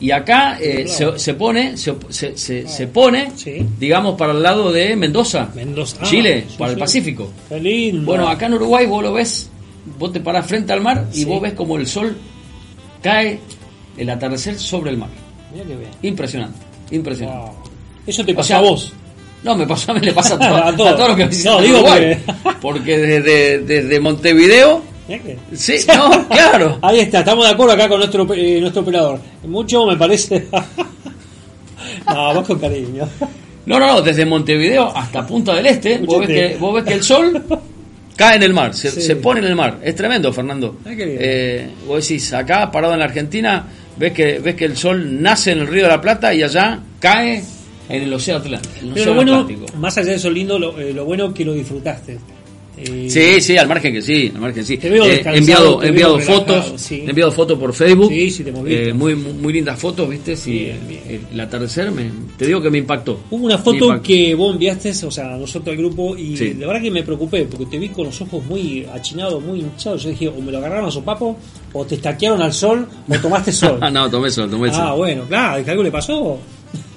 S1: Y acá eh,
S2: claro. Ah.
S1: se, se pone, se, se- se- se pone,
S2: Sí.
S1: digamos, para el lado de Mendoza,
S2: Mendoza. Ah,
S1: Chile,
S2: sí,
S1: para el
S2: sí.
S1: Pacífico.
S2: Qué lindo.
S1: Bueno, acá en Uruguay vos lo ves, vos te parás frente al mar y
S2: Sí.
S1: vos ves como el sol cae, el atardecer sobre el mar.
S2: Mirá qué bien.
S1: Impresionante, impresionante.
S2: Wow. Eso te
S1: O
S2: pasó
S1: sea,
S2: a vos.
S1: No, me pasó a mí, le pasa a, todo,
S2: A
S1: a,
S2: todos.
S1: todos los que visitan
S2: No, digo
S1: Uruguay.
S2: porque-
S1: Porque desde, desde Montevideo...
S2: Mirá que-
S1: Sí, no, claro.
S2: Ahí está, estamos de acuerdo acá con nuestro, eh, nuestro operador. Mucho me parece. no, vas con cariño.
S1: No, no, no, desde Montevideo hasta Punta del Este, vos ves,
S2: Escuchate.
S1: que, vos ves que el sol cae en el mar, se,
S2: Sí.
S1: se pone en el mar. Es tremendo, Fernando.
S2: Ah, qué bien.
S1: Eh, vos decís, acá parado en la Argentina, ves que, ves que el sol nace en el Río de la Plata y allá cae en el Océano Atlántico. el
S2: Pero
S1: Océano
S2: lo bueno,
S1: Atlántico.
S2: más allá de eso lindo, lo, eh, lo bueno que lo disfrutaste. Eh,
S1: Sí, sí, al margen que sí, al margen que sí. Eh,
S2: Te veo descansado,
S1: enviado,
S2: te
S1: enviado
S2: veo relajado,
S1: fotos,
S2: sí.
S1: he enviado fotos por Facebook.
S2: Sí, sí, te hemos visto.
S1: Eh, muy, muy, muy lindas fotos, viste, sí,
S2: Bien, bien.
S1: el- el atardecer, me, te digo que me impactó.
S2: Hubo una
S1: Me
S2: foto
S1: impactó.
S2: que vos enviaste, o sea, a nosotros al grupo, y
S1: Sí.
S2: la verdad que me preocupé, porque te vi con los ojos muy achinados, muy hinchados. Yo dije, o me lo agarraron a su papo, o te estaquearon al sol, o tomaste sol.
S1: Ah, no, tomé sol, tomé sol.
S2: ah, bueno, claro, que algo le pasó.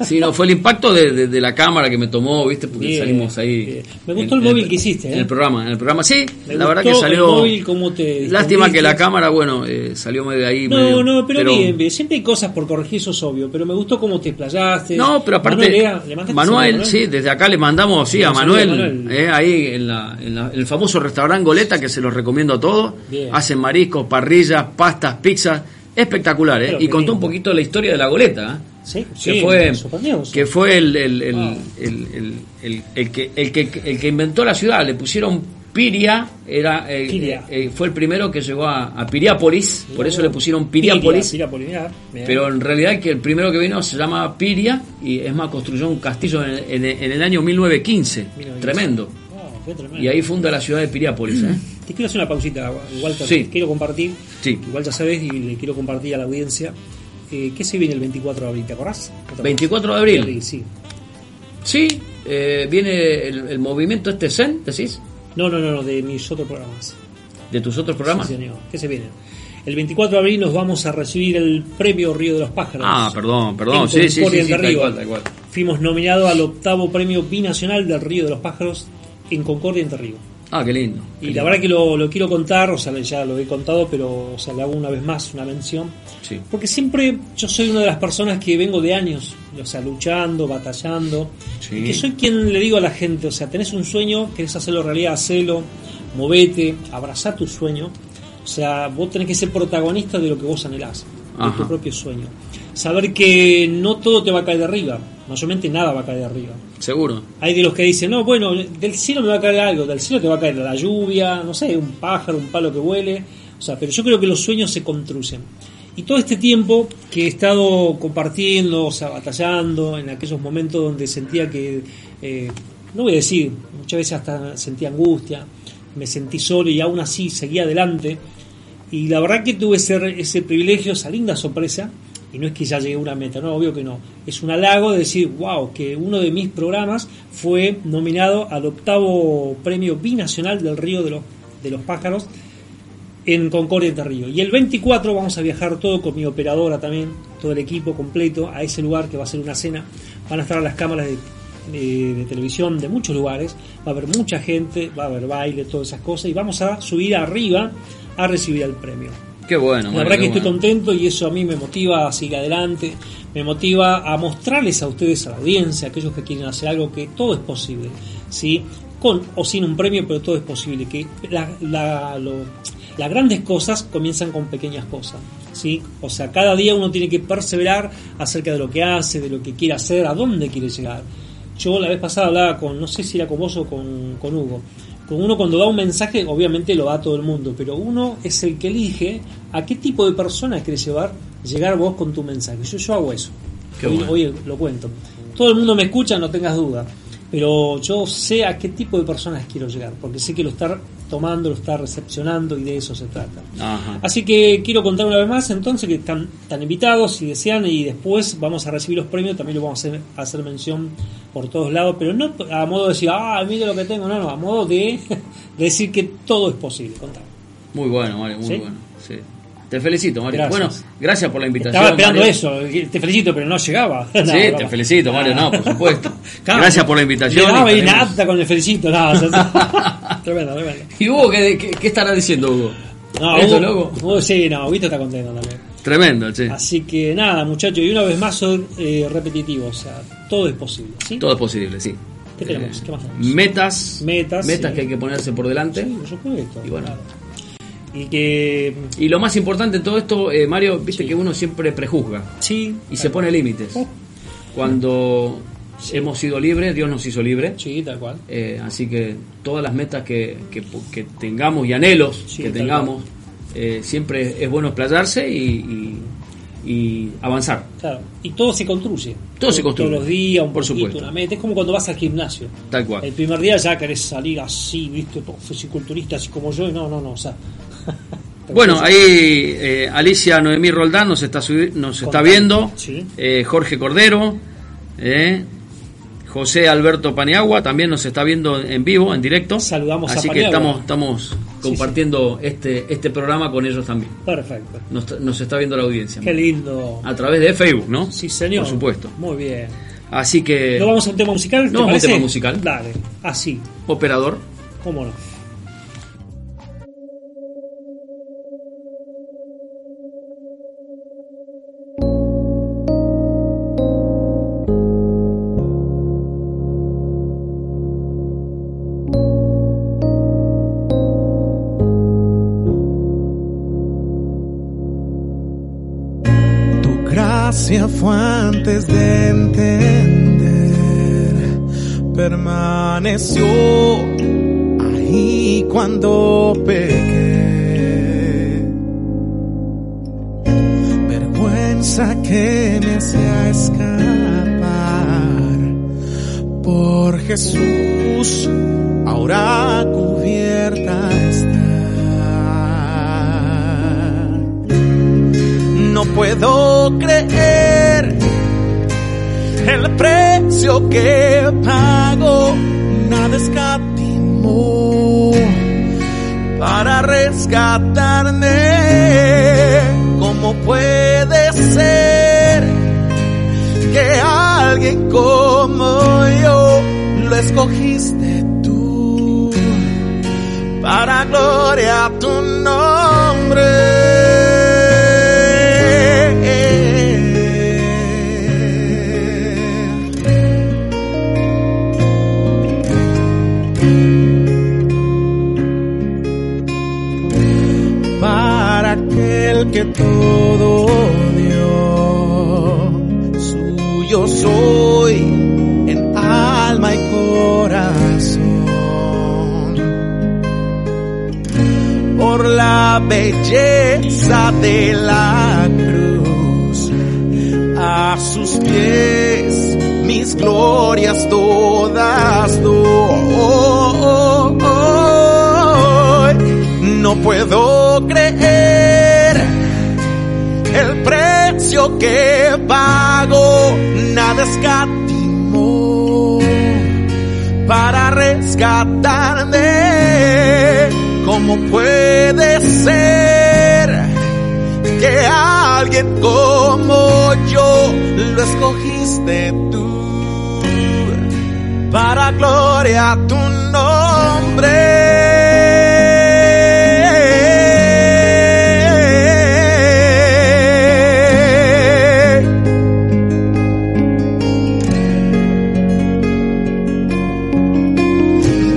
S1: Sí, no, fue el impacto de, de- de la cámara que me tomó, ¿viste? Porque
S2: Bien,
S1: salimos ahí.
S2: bien. Me gustó el móvil que hiciste, ¿eh?
S1: En el programa, en el programa, sí.
S2: Me
S1: la verdad que
S2: gustó el
S1: salió.
S2: móvil, cómo te
S1: Lástima que la
S2: escondiste.
S1: cámara, bueno, eh, salió medio ahí.
S2: No,
S1: medio-
S2: no, pero, bien, bien. Siempre hay cosas por corregir, eso es obvio, pero me gustó cómo te explayaste.
S1: No, pero aparte,
S2: Manuel,
S1: Manuel,
S2: era- ¿le mandaste saludo,
S1: sí, desde acá le mandamos, sí,
S2: Le
S1: a
S2: mandamos
S1: Manuel,
S2: saludo a Manuel.
S1: eh, ahí en, la- en la- en el famoso restaurante Goleta, que se los recomiendo a todos.
S2: Bien.
S1: Hacen mariscos, parrillas, pastas, pizzas, espectacular, ¿eh?
S2: Pero
S1: Y
S2: qué
S1: contó
S2: lindo.
S1: un poquito la historia de la Goleta, ¿eh?
S2: Sí,
S1: que
S2: sí,
S1: fue
S2: me sorprendió eso.
S1: que fue el el, el-
S2: Ah.
S1: el- el- el- el que, el que el que inventó la ciudad le pusieron Piria era eh,
S2: Piria. Oh.
S1: eh, eh, fue el primero que llegó a, a Piriápolis por eso le pusieron Piriápolis
S2: Piria- Piriápolis, mirá, mirá.
S1: pero en realidad que el primero que vino se llama Piria y es más construyó un castillo en, en- en el año 1915
S2: 1915.
S1: tremendo
S2: Ah, fue tremendo.
S1: y ahí funda la ciudad de Piriápolis ¿eh?
S2: Te quiero hacer una pausita, Walter.
S1: Sí.
S2: Quiero compartir,
S1: Sí.
S2: igual ya sabes, y le quiero compartir a la audiencia, eh, ¿qué se viene el 24 de abril? ¿Te acordás? ¿No te acordás?
S1: 24 de
S2: de
S1: abril
S2: abril, sí.
S1: sí eh, viene el, el movimiento este Zen decís
S2: No, no, no, no, de mis otros programas.
S1: de tus otros programas
S2: Sí, señor. ¿Qué se viene? El 24 de abril nos vamos a recibir el premio Río de los Pájaros.
S1: Ah, perdón, perdón.
S2: En
S1: Sí, sí, sí,
S2: Concordia,
S1: sí,
S2: Entre
S1: tal
S2: Ríos.
S1: cual, tal cual.
S2: Fuimos nominados al octavo premio binacional del Río de los Pájaros en Concordia Entre Ríos.
S1: Ah, qué lindo. qué
S2: Y la
S1: lindo.
S2: verdad que lo, lo quiero contar, o sea, ya lo he contado, pero o sea, le hago una vez más una mención.
S1: Sí.
S2: Porque siempre yo soy una de las personas que vengo de años, o sea, luchando, batallando.
S1: Sí.
S2: Y que soy quien le digo a la gente, o sea, tenés un sueño, querés hacerlo realidad, hacelo, movete, abrazá tu sueño. O sea, vos tenés que ser protagonista de lo que vos anhelás, de
S1: Ajá.
S2: tu propio sueño. Saber que no todo te va a caer de arriba, mayormente nada va a caer de arriba.
S1: Seguro.
S2: Hay de los que dicen, no, bueno, del cielo me va a caer algo, del cielo te va a caer la lluvia, no sé, un pájaro, un palo que huele. O sea, pero yo creo que los sueños se construyen. Y todo este tiempo que he estado compartiendo, o sea, batallando, en aquellos momentos donde sentía que, eh, no voy a decir, muchas veces hasta sentí angustia, me sentí solo y aún así seguí adelante. Y la verdad que tuve ese, ese privilegio, esa linda sorpresa. Y no es que ya llegué a una meta, no, obvio que no. Es un halago de decir, wow, que uno de mis programas fue nominado al octavo premio binacional del Río de los, de los Pájaros en Concordia Entre Ríos. Y el 24 vamos a viajar todo con mi operadora también, todo el equipo completo, a ese lugar que va a ser una cena. Van a estar las cámaras de, de- de televisión de muchos lugares, va a haber mucha gente, va a haber baile, todas esas cosas, y vamos a subir arriba a recibir el premio.
S1: Qué bueno.
S2: La
S1: Mario,
S2: verdad
S1: qué
S2: que estoy
S1: bueno.
S2: contento y eso a mí me motiva a seguir adelante, me motiva a mostrarles a ustedes, a la audiencia, a aquellos que quieren hacer algo, que todo es posible, ¿sí? Con o sin un premio, pero todo es posible, que la- la- lo- las grandes cosas comienzan con pequeñas cosas, ¿sí? O sea, cada día uno tiene que perseverar acerca de lo que hace, de lo que quiere hacer, a dónde quiere llegar. Yo la vez pasada hablaba con, no sé si era con vos o con, con Hugo, con uno cuando da un mensaje, obviamente lo da a todo el mundo, pero uno es el que elige a qué tipo de personas querés llevar, llegar vos con tu mensaje. Yo, yo hago eso.
S1: Qué
S2: hoy,
S1: bueno.
S2: hoy lo cuento. Todo el mundo me escucha, no tengas duda. Pero yo sé a qué tipo de personas quiero llegar, porque sé que lo está tomando, lo está recepcionando y de eso se trata.
S1: Ajá.
S2: Así que quiero contar una vez más, entonces, que están, están invitados si desean y después vamos a recibir los premios, también lo vamos a hacer, a hacer mención por todos lados, pero no a modo de decir, ah, mire lo que tengo, no, no, a modo de, de decir que todo es posible. Contar.
S1: Muy bueno, Mario, muy
S2: ¿Sí?
S1: bueno. Sí. Te felicito, Mario.
S2: Gracias.
S1: Bueno, gracias por la invitación.
S2: Estaba esperando
S1: Mario.
S2: eso, te felicito, pero no llegaba. No,
S1: sí, te
S2: broma.
S1: felicito, Mario. No, por supuesto.
S2: Claro.
S1: Gracias por la invitación.
S2: Le daba ahí una
S1: Estaremos-
S2: apta con el felicito, no, o sea, tremendo, tremendo.
S1: ¿Y Hugo qué, qué, qué estará diciendo, Hugo?
S2: No,
S1: ¿Esto,
S2: Hugo-
S1: loco?
S2: Hugo, sí, no, Huguito está contento también.
S1: Tremendo, che.
S2: Así que nada, muchachos, y una vez más soy eh, repetitivo, o sea, todo es posible, ¿sí?
S1: Todo es posible, sí. Eh,
S2: ¿Qué tenemos? ¿Qué más tenemos?
S1: Metas.
S2: Metas, sí.
S1: que hay que ponerse por delante.
S2: Sí, por supuesto.
S1: Y bueno.
S2: Y que
S1: Y lo más importante en todo esto, eh, Mario, viste que uno siempre prejuzga
S2: sí.
S1: y se pone límites.
S2: Oh.
S1: Cuando hemos sido libres, Dios nos hizo libres.
S2: Sí, tal cual.
S1: Eh, así que todas las metas que, que- que tengamos y anhelos
S2: Sí,
S1: que
S2: tal
S1: tengamos, eh, siempre es bueno explayarse y, y- y avanzar.
S2: Claro. Y todo se construye.
S1: Todo se construye.
S2: Todos los días, un
S1: Por
S2: poquito,
S1: supuesto.
S2: una meta. Es como cuando vas al gimnasio.
S1: Tal cual.
S2: El primer día ya querés salir así, viste, todo fisiculturista, así como yo. Y no, no, no, o sea.
S1: Bueno, ahí eh, Alicia Noemí Roldán nos está subi- nos está
S2: Contando,
S1: viendo,
S2: sí.
S1: eh, Jorge Cordero, eh, José Alberto Paniagua también nos está viendo en vivo, en directo.
S2: Saludamos a
S1: Así que
S2: Paniagua.
S1: estamos estamos compartiendo este este programa con ellos también.
S2: Perfecto.
S1: Nos, nos está viendo la audiencia
S2: Qué lindo.
S1: a través de Facebook, ¿no?
S2: Sí, señor.
S1: Ah, Por supuesto.
S2: Muy bien.
S1: Así que
S2: ¿No vamos a un tema musical? ¿Te
S1: No vamos a un
S2: parece?
S1: tema musical.
S2: Dale. Así.
S1: operador.
S2: ¿Cómo no?
S5: Tu gracia fue antes de entender, permaneció ahí cuando pequé. Vergüenza que me hacía escapar por Jesús, ahora cubierta está. No puedo creer el precio que pago. Nada escatimó para rescatarme. ¿Cómo puede ser que alguien como yo lo escogiste tú para gloria a tu nombre? para aquel que todo dio. Suyo soy en alma y corazón. Por la belleza de la cruz, a sus pies mis glorias todas doy. No puedo creer el precio que pago. Nada escatimó para rescatarme. ¿Cómo puede ser que alguien como yo lo escogiste tú para gloria a tu nombre?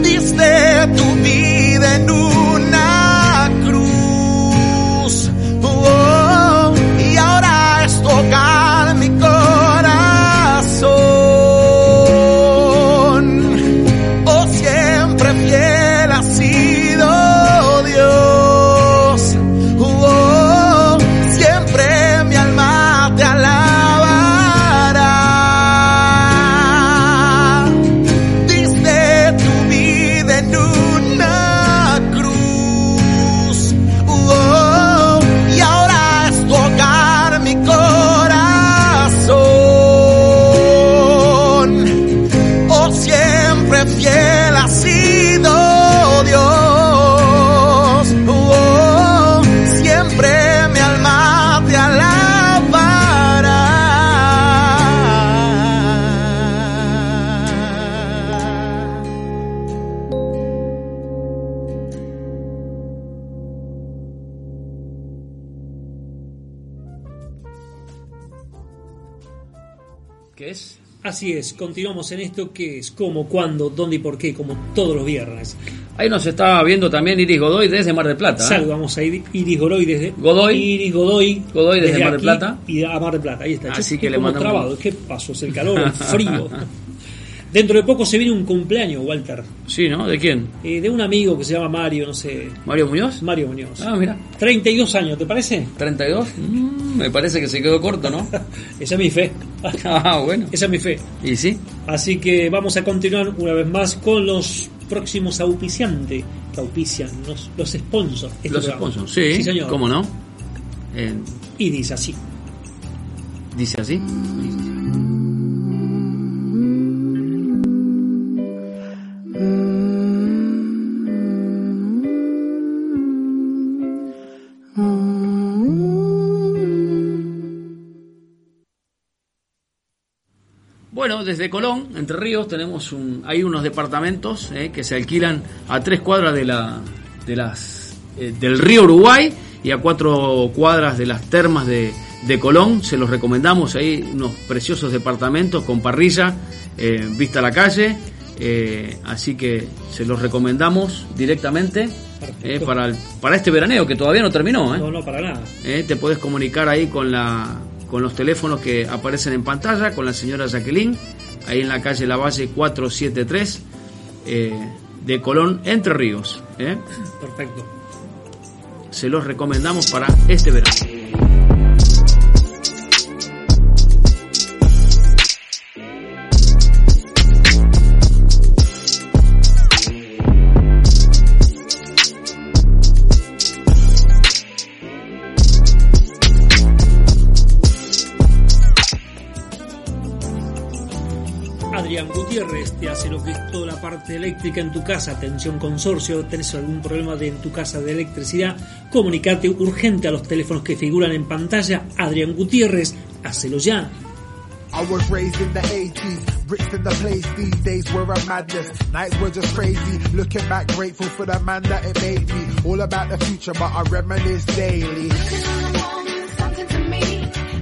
S5: diste tu vida en una cruz. Oh, y ahora es tocar mi corazón. Oh, siempre fiel ha sido Dios. Oh, siempre mi alma te alabará diste tu vida en una cruz. Oh, y ahora es tocar mi corazón. Oh, siempre fiel ha sido Dios. Oh, siempre mi alma te alabará.
S1: ¿Qué es?
S2: Así es, continuamos en esto que es cómo, cuándo, dónde y por qué, como todos los viernes.
S1: Ahí nos está viendo también Iris Godoy desde Mar del Plata. ¿eh?
S2: Saludamos a Iri- Iris Godoy desde
S1: Godoy.
S2: Iris Godoy,
S1: Godoy desde Mar del
S2: aquí
S1: Plata.
S2: Y a Mar del Plata, ahí está.
S1: Así
S2: Che, estoy
S1: que le
S2: como
S1: mandamos-
S2: trabado. ¿Qué pasó? ¿Es el calor, el frío? Dentro de poco se viene un cumpleaños, Walter,
S1: Sí, ¿no? ¿De quién?
S2: eh, de un amigo que se llama Mario, no sé,
S1: ¿Mario Muñoz?
S2: Mario Muñoz.
S1: Ah, mira.
S2: 32 años, ¿te parece?
S1: ¿32? Mm, me parece que se quedó corto, ¿no?
S2: Esa es mi fe.
S1: ah, bueno.
S2: Esa es mi fe.
S1: ¿Y sí?
S2: Así que vamos a continuar una vez más con los próximos auspiciantes que auspician, los, los sponsors. de este
S1: Los
S2: programa.
S1: sponsors. Sí,
S2: sí señor.
S1: ¿Cómo ¿Eh? no? Eh,
S2: Y dice así.
S1: dice así. Bueno, desde Colón, Entre Ríos, tenemos un, hay unos departamentos eh, que se alquilan a tres cuadras de la, de las, eh, del río Uruguay y a cuatro cuadras de las termas de, de Colón. Se los recomendamos, hay unos preciosos departamentos con parrilla, eh, vista a la calle. eh, así que se los recomendamos directamente eh,
S2: Perfecto.
S1: para, el- para este veraneo que todavía no terminó. eh.
S2: No, no, para nada.
S1: Eh, te puedes comunicar ahí con la con los teléfonos que aparecen en pantalla con la señora Jacqueline ahí en la calle Lavalle 473 eh, de Colón Entre Ríos eh.
S2: Perfecto.
S1: se los recomendamos para este verano
S2: Adrián Gutiérrez te hace lo que es toda la parte eléctrica en tu casa. Atención consorcio, tenés algún problema de, en tu casa de electricidad, comunicate urgente a los teléfonos que figuran en pantalla. Adrián Gutiérrez, hacelo ya.
S3: I was raised in the 80s, bricks in the place, these days were a madness, nights were just crazy, looking back grateful for the man that it made me, all about the future but I reminisce daily.
S4: Sitting on the wall means something to me.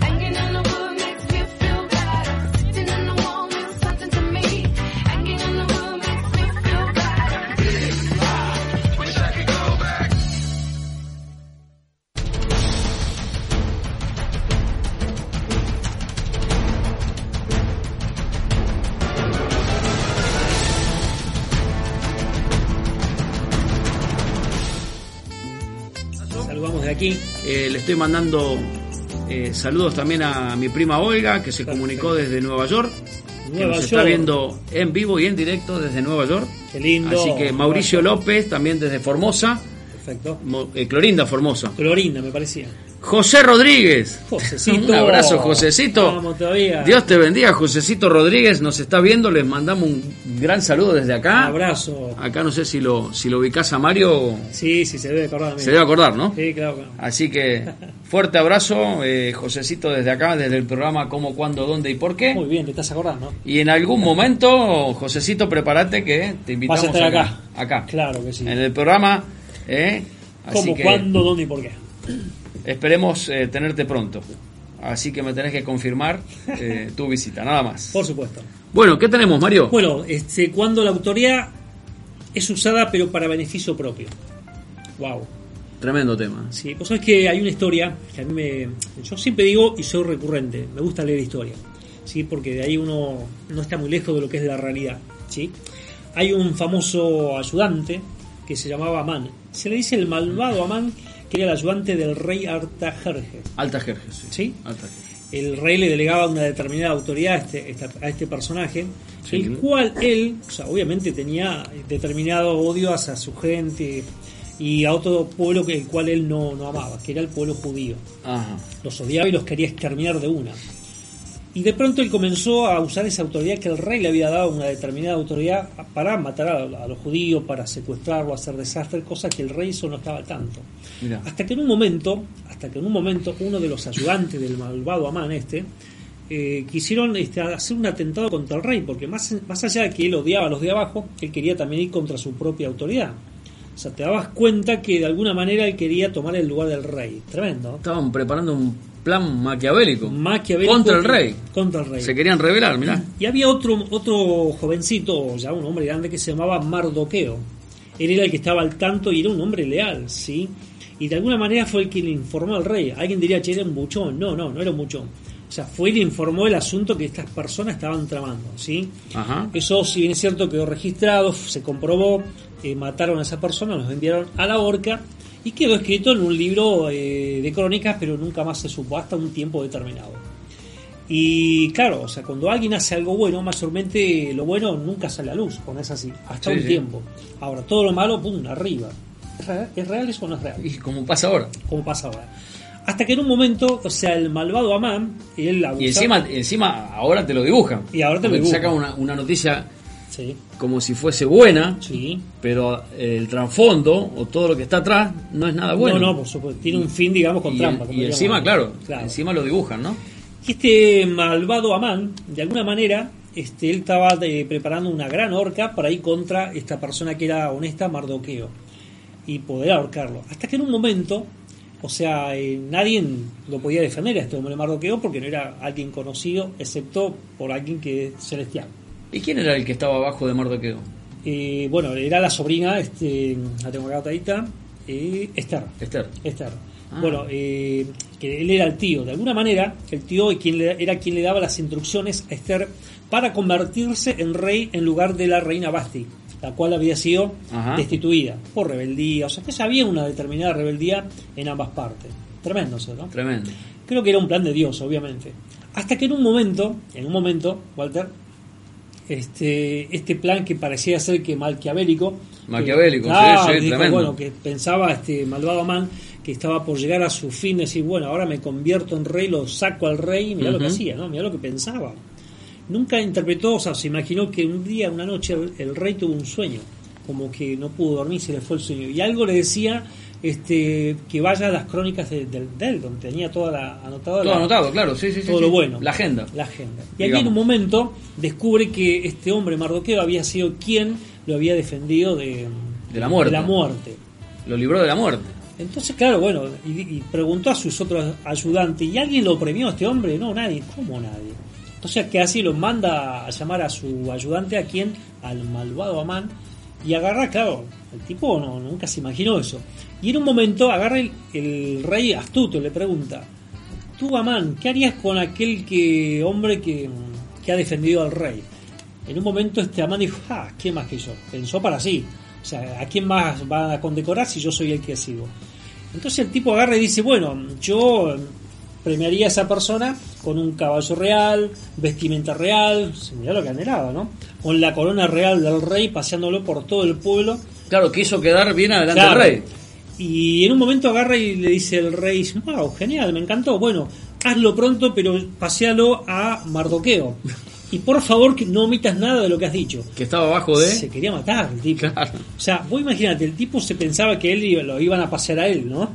S4: Hanging on the wood makes me feel better. Sitting on the wall means something to me. Hanging on the wood makes me feel better.
S2: Saludamos de aquí.
S1: Eh, le estoy mandando eh, saludos también a mi prima Olga, que se
S2: Perfecto.
S1: comunicó desde Nueva York. que
S2: Nueva
S1: nos está
S2: York.
S1: viendo en vivo y en directo desde Nueva York.
S2: Qué lindo.
S1: Así que Mauricio López, también desde Formosa.
S2: Perfecto.
S1: Mo- eh, Clorinda Formosa.
S2: Clorinda, me parecía.
S1: José Rodríguez.
S2: Josecito.
S1: Un abrazo, Josecito.
S2: Vamos todavía.
S1: Dios te bendiga, Josecito Rodríguez. Nos está viendo. Les mandamos un gran saludo desde
S2: Un
S1: acá.
S2: abrazo.
S1: Acá no sé si lo, si lo ubicás a Mario.
S2: Sí, sí, se debe acordar.
S1: Se debe acordar, ¿no?
S2: Sí, claro. claro.
S1: Así que fuerte abrazo, eh, Josecito, desde acá, desde el programa Cómo, Cuándo, Dónde y Por qué.
S2: Muy bien, te estás acordando.
S1: Y en algún momento, Josecito, prepárate que te invitamos
S2: Vas a estar acá.
S1: Acá.
S2: Claro que sí.
S1: Ah. En el programa. eh, así
S2: ¿Cómo,
S1: que
S2: cuándo, dónde y por qué?
S1: esperemos eh, tenerte pronto. Así que me tenés que confirmar eh, tu visita, nada más.
S2: Por supuesto.
S1: Bueno, ¿qué tenemos, Mario?
S2: Bueno, este, cuando la autoría es usada pero para beneficio propio. Wow.
S1: Tremendo tema.
S2: Sí, pues sabes que hay una historia que a mí me. Yo siempre digo y soy recurrente, me gusta leer historia, ¿sí? Porque de ahí uno no está muy lejos de lo que es la realidad, ¿sí? Hay un famoso ayudante que se llamaba Amán. Se le dice el malvado Amán, que era el ayudante del rey Artajerjes.
S1: Alta Jerjes.
S2: Sí.
S1: Alta Jerjes.
S2: el rey le delegaba una determinada autoridad a este, esta- a este personaje,
S1: Sí.
S2: el cual él, o sea, obviamente tenía determinado odio hacia su gente y a otro pueblo que el cual él no, no amaba, que era el pueblo judío.
S1: Ajá.
S2: Los odiaba y los quería exterminar de una. Y de pronto él comenzó a usar esa autoridad que el rey le había dado, una determinada autoridad, para matar a, a los judíos, para secuestrarlo, hacer desastre, cosas que el rey eso no estaba al tanto.
S1: Mira.
S2: Hasta que en un momento, hasta que en un momento uno de los ayudantes del malvado Amán este eh, quisieron este, hacer un atentado contra el rey, porque más, más allá de que él odiaba a los de abajo, él quería también ir contra su propia autoridad. O sea, te dabas cuenta que de alguna manera él quería tomar el lugar del rey. Tremendo.
S1: Estaban preparando un plan maquiavélico.
S2: Maquiavélico
S1: Contra el
S2: que-
S1: rey.
S2: Contra el rey.
S1: Se querían revelar, mirá.
S2: Y había otro, otro jovencito, o ya un hombre grande, que se llamaba Mardoqueo. Él era el que estaba al tanto y era un hombre leal, ¿sí? Y de alguna manera fue el que le informó al rey. Alguien diría, che, era un buchón. No, no, no era un buchón. O sea, fue y le informó el asunto que estas personas estaban tramando, ¿sí?
S1: Ajá.
S2: Eso, si bien es cierto, quedó registrado, se comprobó, eh, mataron a esa persona, los enviaron a la horca y quedó escrito en un libro eh, de crónicas, pero nunca más se supo hasta un tiempo determinado. Y claro, o sea, cuando alguien hace algo bueno, mayormente lo bueno nunca sale a luz, o no es así, hasta
S1: Sí,
S2: un
S1: sí.
S2: tiempo. Ahora, todo lo malo, pum, arriba. ¿Es real- ¿Es real eso o no es real?
S1: Y como pasa ahora.
S2: Como pasa ahora. Hasta que en un momento, o sea, el malvado Amán, él abusaba-
S1: Y encima, encima ahora te lo dibujan.
S2: Y ahora te lo
S1: Porque
S2: dibujan.
S1: sacan una, una noticia
S2: Sí,
S1: como si fuese buena,
S2: sí.
S1: pero eh, el trasfondo o todo lo que está atrás no es nada Ah, bueno.
S2: No, no, por supuesto. Tiene un fin, digamos, con
S1: y,
S2: trampa.
S1: y
S2: como diríamos.
S1: encima, claro,
S2: Claro.
S1: encima lo dibujan, ¿no?
S2: Y este malvado Amán, de alguna manera, este, él estaba eh, preparando una gran horca para ir contra esta persona que era honesta, Mardoqueo, y poder ahorcarlo. Hasta que en un momento, o sea, eh, nadie lo podía defender a este hombre Mardoqueo porque no era alguien conocido, excepto por alguien que es celestial.
S1: ¿Y quién era el que estaba abajo de Mardoqueo?
S2: Eh, bueno, era la sobrina, este, la tengo acá atadita, eh, Esther.
S1: Esther.
S2: Esther.
S1: Ah.
S2: Bueno, eh, que él era el tío. De alguna manera, el tío quien le- era quien le daba las instrucciones a Esther para convertirse en rey en lugar de la reina Basti, la cual había sido
S1: Ajá.
S2: destituida por rebeldía. O sea, que ya había una determinada rebeldía en ambas partes. Tremendo, eso, ¿no?
S1: Tremendo.
S2: Creo que era un plan de Dios, obviamente. Hasta que en un momento, en un momento, Walter, este, este plan que parecía ser que maquiavélico.
S1: Maquiavélico,
S2: que- Ah,
S1: sí, sí,
S2: dijo,
S1: tremendo.
S2: Bueno, que pensaba este malvado man que estaba por llegar a su fin, decir, bueno, ahora me convierto en rey, lo saco al rey, y mirá lo que
S1: Ujú.
S2: hacía, ¿no? Mirá lo que pensaba. Nunca interpretó, o sea, se imaginó que un día, una noche, el, el rey tuvo un sueño, como que no pudo dormir, se le fue el sueño. Y algo le decía este, que vaya a las crónicas de, del- de él, donde tenía toda la anotada.
S1: Todo
S2: la-
S1: anotado, claro, sí, sí, sí,
S2: todo
S1: sí.
S2: lo bueno.
S1: La agenda.
S2: La agenda. Y
S1: Digamos.
S2: aquí en un momento descubre que este hombre, Mardoqueo, había sido quien lo había defendido de,
S1: De la muerte.
S2: muerte.
S1: Lo libró de la muerte.
S2: Entonces, claro, bueno, y, y preguntó a sus otros ayudantes, ¿y alguien lo premió a este hombre? No, nadie. ¿Cómo nadie? Entonces, que así lo manda a llamar a su ayudante, ¿a quien Al malvado Amán. Y agarra, claro, el tipo no, nunca se imaginó eso. Y en un momento agarra el, el rey astuto, le pregunta, tú Amán, ¿qué harías con aquel que hombre que, que ha defendido al rey? En un momento este Amán dijo, ah, ¿quién más que yo? Pensó para sí. O sea, ¿a quién más va a condecorar si yo soy el que sigo? Entonces el tipo agarra y dice, bueno, yo premiaría a esa persona con un caballo real, vestimenta real, se mirá lo que anhelaba, ¿no? Con la corona real del rey paseándolo por todo el pueblo.
S1: Claro, quiso quedar bien adelante
S2: Claro.
S1: el rey.
S2: Y en un momento agarra y le dice el rey, wow, genial, me encantó. Bueno, hazlo pronto, pero pasealo a Mardoqueo. Y por favor que no omitas nada de lo que has dicho.
S1: Que estaba abajo de.
S2: Se quería matar el tipo.
S1: Claro.
S2: O sea, vos imaginate, el tipo se pensaba que él iba- lo iban a pasear a él, ¿no?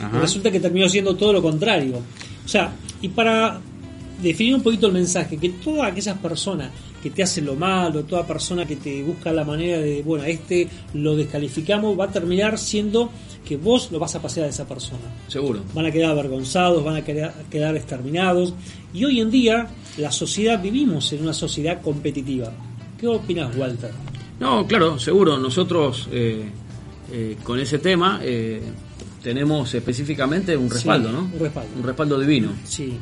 S1: Ajá.
S2: Resulta que terminó siendo todo lo contrario. O sea, y para definir un poquito el mensaje, que todas aquellas personas que te hacen lo malo, toda persona que te busca la manera de, bueno, a este lo descalificamos, va a terminar siendo que vos lo vas a pasear a esa persona
S1: Seguro.
S2: van a quedar avergonzados, van a quedar, quedar exterminados. Y hoy en día la sociedad, vivimos en una sociedad competitiva. ¿Qué opinas, Walter?
S1: No, claro, seguro. Nosotros eh, eh, con ese tema eh, tenemos específicamente un
S2: Sí,
S1: respaldo, ¿no?
S2: un respaldo.
S1: Un respaldo divino.
S2: Sí,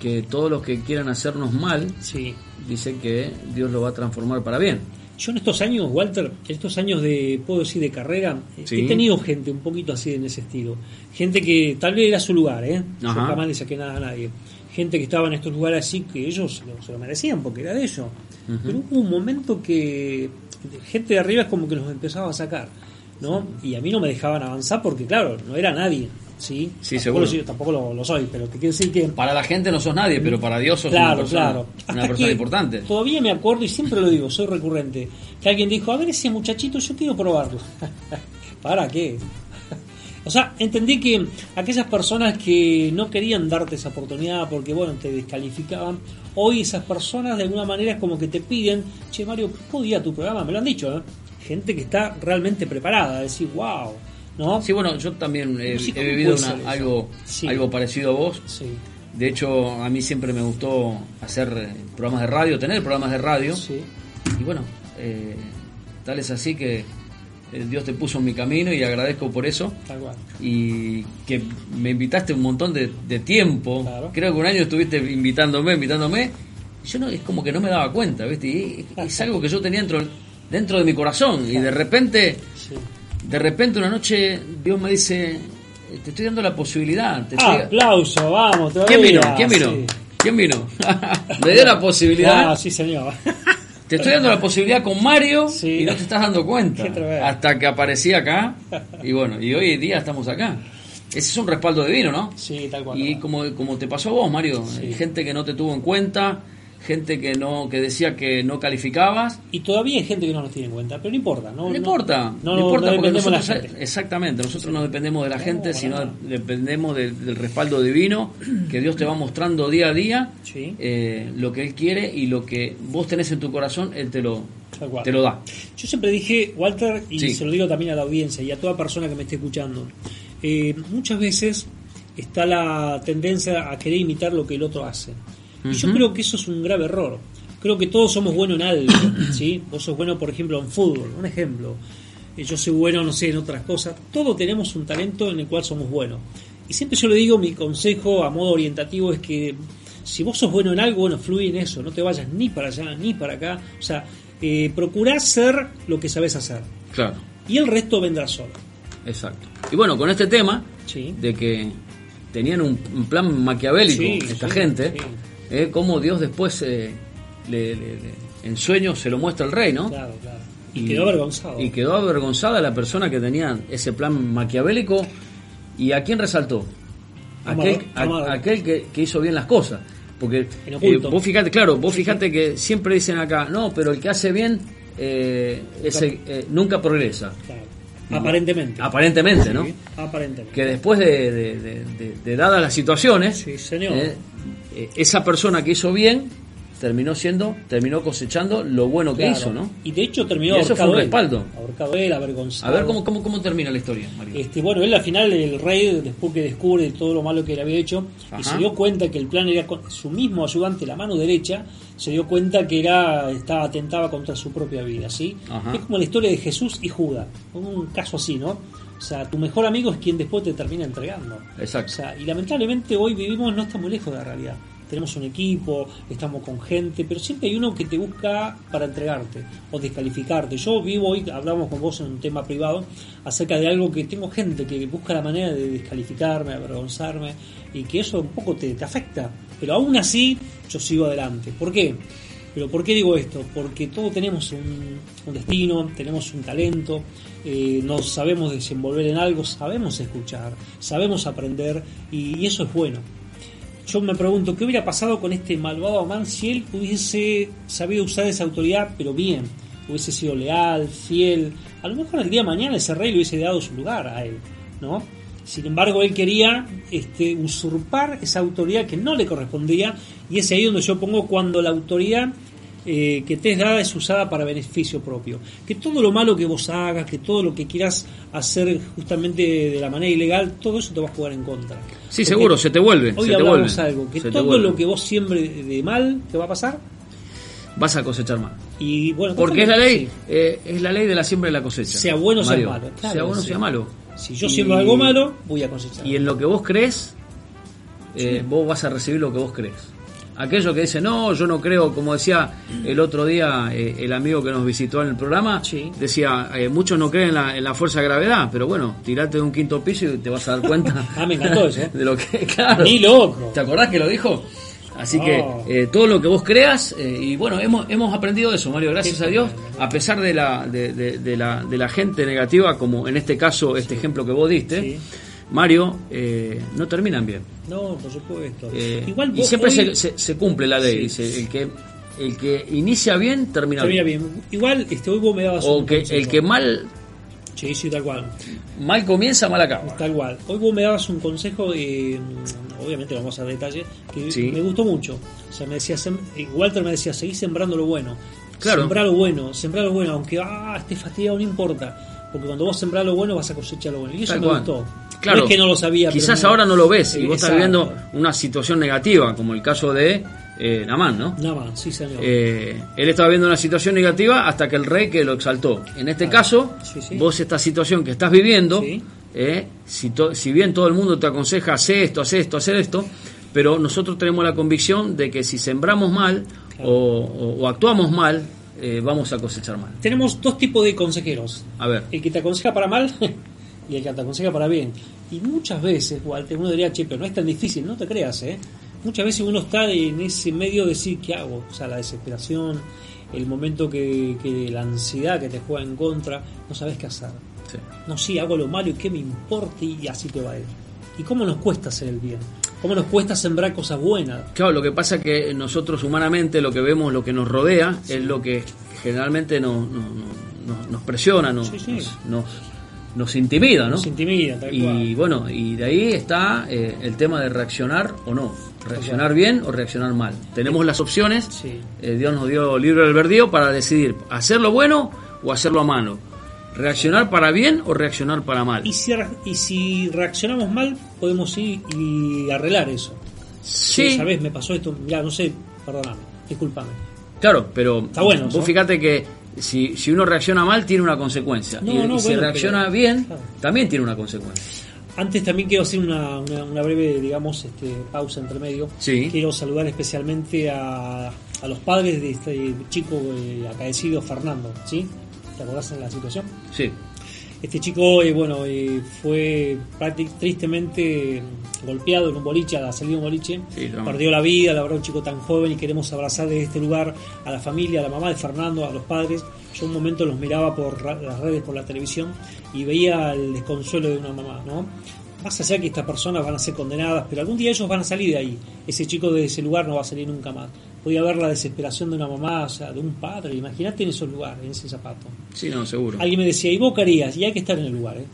S1: Que todos los que quieran hacernos mal
S2: sí.
S1: dicen que Dios lo va a transformar para bien.
S2: Yo en estos años, Walter, en estos años de, puedo decir, de carrera, eh,
S1: Sí.
S2: he tenido gente un poquito así en ese estilo. Gente que tal vez era su lugar, ¿eh? Yo
S1: Ajá.
S2: jamás le saqué nada a nadie. Gente que estaba en estos lugares así que ellos se lo, se lo merecían porque era de ellos. Pero hubo un momento que gente de arriba es como que nos empezaba a sacar, ¿no? Y a mí no me dejaban avanzar porque, claro, no era nadie, ¿sí?
S1: Sí,
S2: tampoco
S1: seguro.
S2: lo soy- tampoco lo, lo soy, pero te quiero decir que
S1: Para la gente no sos nadie, pero para Dios sos una persona, una
S2: hasta
S1: persona
S2: que
S1: importante.
S2: Todavía me acuerdo y siempre lo digo, soy recurrente. Que alguien dijo, a ver ese muchachito, yo quiero probarlo. ¿Para qué? O sea, entendí que aquellas personas que no querían darte esa oportunidad porque, bueno, te descalificaban, hoy esas personas de alguna manera es como que te piden, che, Mario, podía tu programa? Me lo han dicho, ¿eh? Gente que está realmente preparada, decir, wow, ¿no?
S1: Sí, bueno, yo también eh,
S2: Sí,
S1: he
S2: ¿cómo
S1: vivido
S2: puede
S1: una-
S2: ser eso?
S1: algo,
S2: Sí.
S1: algo parecido a vos.
S2: Sí,
S1: De hecho, a mí siempre me gustó hacer eh, programas de radio, tener programas de radio.
S2: sí.
S1: Y bueno, eh, tal es así que eh, Dios te puso en mi camino y agradezco por eso.
S2: tal cual.
S1: Y que me invitaste un montón de, de tiempo.
S2: Claro.
S1: Creo que un año estuviste invitándome, invitándome. Y Yo no, es como que no me daba cuenta, ¿viste? Y es- es algo que yo tenía dentro, dentro de mi corazón. Y de repente
S2: Sí.
S1: de repente una noche Dios me dice, te estoy dando la posibilidad. Te
S2: Ah,
S1: estoy-
S2: aplauso, vamos, todavía.
S1: ¿Quién vino? ¿Quién vino?
S2: sí.
S1: ¿Quién vino? me dio la posibilidad.
S2: Ah, sí, señor.
S1: Te estoy dando la posibilidad con Mario
S2: Sí.
S1: y no te estás dando cuenta.
S2: Qué tremendo.
S1: Hasta que aparecí acá. Y bueno, y hoy en día estamos acá. Ese es un respaldo divino, ¿no?
S2: Sí, tal cual.
S1: Y como, como te pasó a vos, Mario,
S2: Sí.
S1: gente que no te tuvo en cuenta, gente que no que decía que no calificabas.
S2: Y todavía hay gente que no nos tiene en cuenta, pero no importa. No,
S1: No,
S2: no-
S1: importa,
S2: no,
S1: no importa
S2: no
S1: porque
S2: dependemos de la
S1: nosotros,
S2: gente.
S1: exactamente, nosotros no dependemos de la gente,
S2: para
S1: sino
S2: nada.
S1: dependemos del, del respaldo divino que Dios te va mostrando día a día
S2: Sí.
S1: eh, lo que Él quiere y lo que vos tenés en tu corazón, Él te lo,
S2: Tal cual.
S1: te lo da.
S2: Yo siempre dije, Walter, y
S1: Sí.
S2: se lo digo también a la audiencia y a toda persona que me esté escuchando, eh, muchas veces está la tendencia a querer imitar lo que el otro hace. Y yo creo que eso es un grave error. Creo que todos somos buenos en algo, ¿sí? Vos sos bueno, por ejemplo, en fútbol, un ejemplo. Eh, Yo soy bueno, no sé, en otras cosas. Todos tenemos un talento en el cual somos buenos. Y siempre yo le digo, mi consejo a modo orientativo es que si vos sos bueno en algo, bueno, fluye en eso, no te vayas ni para allá ni para acá. O sea, eh, procurá ser lo que sabes hacer.
S1: Claro,
S2: Y el resto vendrá solo.
S1: exacto. Y bueno, con este tema
S2: Sí.
S1: de que tenían un, un plan maquiavélico
S2: Sí,
S1: esta
S2: sí,
S1: gente,
S2: sí.
S1: eh, cómo Dios después eh, le- le- le- en sueños se lo muestra el rey, ¿no?
S2: Claro, claro. Y, quedó avergonzado.
S1: Y quedó avergonzada la persona que tenía ese plan maquiavélico. ¿Y a quién resaltó?
S2: Amado,
S1: Aquel, a-
S2: amado.
S1: aquel que, que hizo bien las cosas. Porque
S2: En
S1: eh,
S2: oculto.
S1: vos fijate, claro, vos fijate que siempre dicen acá, no, pero el que hace bien eh, ese, eh, nunca progresa.
S2: Claro. Aparentemente.
S1: Aparentemente, ¿no?
S2: Sí, Aparentemente.
S1: Que después de, de- de- de- de dadas las situaciones,
S2: Sí, señor.
S1: eh, eh, esa persona que hizo bien terminó siendo, terminó cosechando lo bueno que
S2: Claro.
S1: hizo, ¿no?
S2: Y de hecho terminó
S1: Y eso fue
S2: ahorcado
S1: un
S2: él.
S1: respaldo.
S2: Ahorcado él, avergonzado.
S1: A ver cómo, cómo, cómo termina la historia, Mario.
S2: Este, bueno, él al final, el rey, después que descubre todo lo malo que le había hecho,
S1: Ajá.
S2: y se dio cuenta que el plan era con su mismo ayudante, la mano derecha, se dio cuenta que era estaba atentaba contra su propia vida, ¿sí?
S1: Ajá.
S2: Es como la historia de Jesús y Judas, un caso así, ¿no? O sea, tu mejor amigo es quien después te termina entregando. O
S1: Exacto.
S2: sea, y lamentablemente hoy vivimos, no está muy lejos de la realidad. Tenemos un equipo, estamos con gente, pero siempre hay uno que te busca para entregarte o descalificarte. Yo vivo hoy, hablamos con vos en un tema privado, acerca de algo que tengo gente que busca la manera de descalificarme, avergonzarme, y que eso un poco te, te afecta. Pero aún así, yo sigo adelante. ¿Por qué? Pero ¿por qué digo esto? Porque todos tenemos un, un destino, tenemos un talento, eh, nos sabemos desenvolver en algo, sabemos escuchar, sabemos aprender y, y eso es bueno. Yo me pregunto, ¿qué hubiera pasado con este malvado Amán si él hubiese sabido usar esa autoridad, pero bien? Hubiese sido leal, fiel. A lo mejor el día de mañana ese rey le hubiese dado su lugar a él, ¿no? Sin embargo, él quería este, usurpar esa autoridad que no le correspondía y es ahí donde yo pongo cuando la autoridad eh, que te es dada es usada para beneficio propio. Que todo lo malo que vos hagas, que todo lo que quieras hacer justamente de la manera ilegal, todo eso te va a jugar en contra.
S1: Sí,
S2: Porque
S1: seguro, se te vuelve.
S2: Hoy
S1: se te
S2: hablamos
S1: vuelve,
S2: algo, que
S1: se te
S2: todo
S1: vuelve.
S2: lo que vos siempre de mal te va a pasar
S1: Vas a cosechar mal.
S2: y bueno...
S1: Porque es la
S2: totalmente,
S1: ley, eh, es la ley de la siembra y la cosecha.
S2: Sea bueno o sea
S1: Mario.
S2: malo, claro
S1: sea bueno o
S2: que
S1: sea
S2: sí.
S1: malo.
S2: sí. Si yo
S1: Y-
S2: siembro algo malo, voy a cosechar.
S1: Y en lo que vos crees, eh, vos vas a recibir lo que vos crees. Aquello que dice, no, yo no creo, como decía el otro día eh, el amigo que nos visitó en el programa,
S2: Sí.
S1: decía, eh, muchos no creen en la, en la fuerza de gravedad, pero bueno, tirate de un quinto piso y te vas a dar cuenta
S2: Ah, me encantó eso, ¿eh?
S1: de lo que... Claro.
S2: Ni loco.
S1: ¿Te acordás que lo dijo? Así
S2: No.
S1: que eh, todo lo que vos creas, eh, y bueno, hemos, hemos aprendido eso, Mario, gracias
S2: Sí,
S1: a Dios,
S2: claro.
S1: a pesar de la, de, de- de la, de la gente negativa, como en este caso, este ejemplo que vos diste,
S2: Sí.
S1: Mario, eh, no terminan bien.
S2: No, por supuesto.
S1: Eh,
S2: Igual
S1: y
S2: vos
S1: siempre
S2: hoy-
S1: se, se- se cumple la ley,
S2: Sí.
S1: dice, el que, el que inicia bien, termina,
S2: Termina
S1: bien.
S2: bien. Igual este, hoy vos me dabas
S1: O
S2: un
S1: que
S2: consejo.
S1: el que mal,
S2: Sí, sí, tal cual.
S1: mal comienza, mal acaba.
S2: Tal cual. Hoy vos me dabas un consejo, eh, obviamente lo vamos a dar detalle, que
S1: Sí.
S2: me gustó mucho. O sea, me decía, sem- eh, Walter me decía, seguí sembrando lo bueno.
S1: Claro.
S2: Sembrar lo bueno, sembrar lo bueno, aunque ah, estés fastidiado, no importa. Porque cuando vos sembrás lo bueno, vas a cosechar lo bueno. Y eso
S1: Tal
S2: me
S1: cual.
S2: gustó.
S1: Claro.
S2: No es que no lo sabía. pero
S1: Quizás
S2: me-
S1: ahora no lo ves y
S2: Eh,
S1: vos estás
S2: exacto.
S1: viviendo una situación negativa, como el caso de eh, Namán, ¿no?
S2: Nada más, sí, señor.
S1: Eh, él estaba viendo una situación negativa hasta que el rey que lo exaltó. En este caso,
S2: Sí, sí.
S1: vos esta situación que estás viviendo,
S2: Sí.
S1: eh, si, to- si bien todo el mundo te aconseja hacer esto, hacer esto, hacer esto, pero nosotros tenemos la convicción de que si sembramos mal o, o- o actuamos mal, eh, vamos a cosechar mal.
S2: Tenemos dos tipos de consejeros.
S1: A ver,
S2: el que te aconseja para mal y el que te aconseja para bien. Y muchas veces, Walter, uno diría, che, pero no es tan difícil, no te creas, ¿eh? Muchas veces uno está en ese medio de decir, ¿qué hago? O sea, la desesperación, el momento que, que la ansiedad que te juega en contra, no sabes qué hacer.
S1: sí.
S2: No, sí, hago lo malo y qué me importa y así te va a ir. ¿Y cómo nos cuesta hacer el bien? ¿Cómo nos cuesta sembrar cosas buenas?
S1: Claro, lo que pasa es que nosotros humanamente lo que vemos, lo que nos rodea, es lo que generalmente nos, nos- nos- nos presiona, nos,
S2: Sí, sí.
S1: nos- nos- nos intimida, ¿no?
S2: Nos intimida, tal
S1: Y
S2: cual.
S1: bueno, y de ahí está eh, el tema de reaccionar o no. Reaccionar bien o reaccionar mal. Tenemos las opciones.
S2: Sí.
S1: eh, Dios nos dio libre albedrío para decidir hacerlo bueno o hacerlo a mano. Reaccionar para bien o reaccionar para mal.
S2: Y si, y si reaccionamos mal, podemos ir y arreglar eso.
S1: Sí,
S2: Sí. ¿Sabes? Me pasó esto. Mirá, no sé, perdóname, discúlpame.
S1: claro, pero
S2: Está bueno
S1: vos
S2: eso.
S1: fíjate que si, si uno reacciona mal tiene una consecuencia.
S2: No,
S1: y y
S2: no,
S1: si
S2: bueno,
S1: reacciona
S2: pero-
S1: bien
S2: claro.
S1: también tiene una consecuencia.
S2: Antes también quiero hacer una, una- una breve, digamos, este, pausa entre medio.
S1: Sí.
S2: Quiero saludar especialmente a, a los padres de este chico eh, acaecido, Fernando, ¿sí? ¿Te acordás de la situación?
S1: Sí,
S2: Este chico, eh, bueno, eh, fue prácti- tristemente eh, golpeado en un boliche, a la salida de un boliche.
S1: Sí, no.
S2: Perdió la vida, la verdad, un chico tan joven y queremos abrazar desde este lugar a la familia, a la mamá de Fernando, a los padres. Yo un momento los miraba por ra- las redes, por la televisión y veía el desconsuelo de una mamá, ¿no? Más allá que estas personas van a ser condenadas, pero algún día ellos van a salir de ahí. Ese chico de ese lugar no va a salir nunca más. Podía haber la desesperación de una mamá, o sea, de un padre. Imagínate en esos lugares, en ese zapato.
S1: Sí, no, seguro.
S2: Alguien me decía, ¿y vos qué harías? Y hay que estar en el lugar, ¿eh?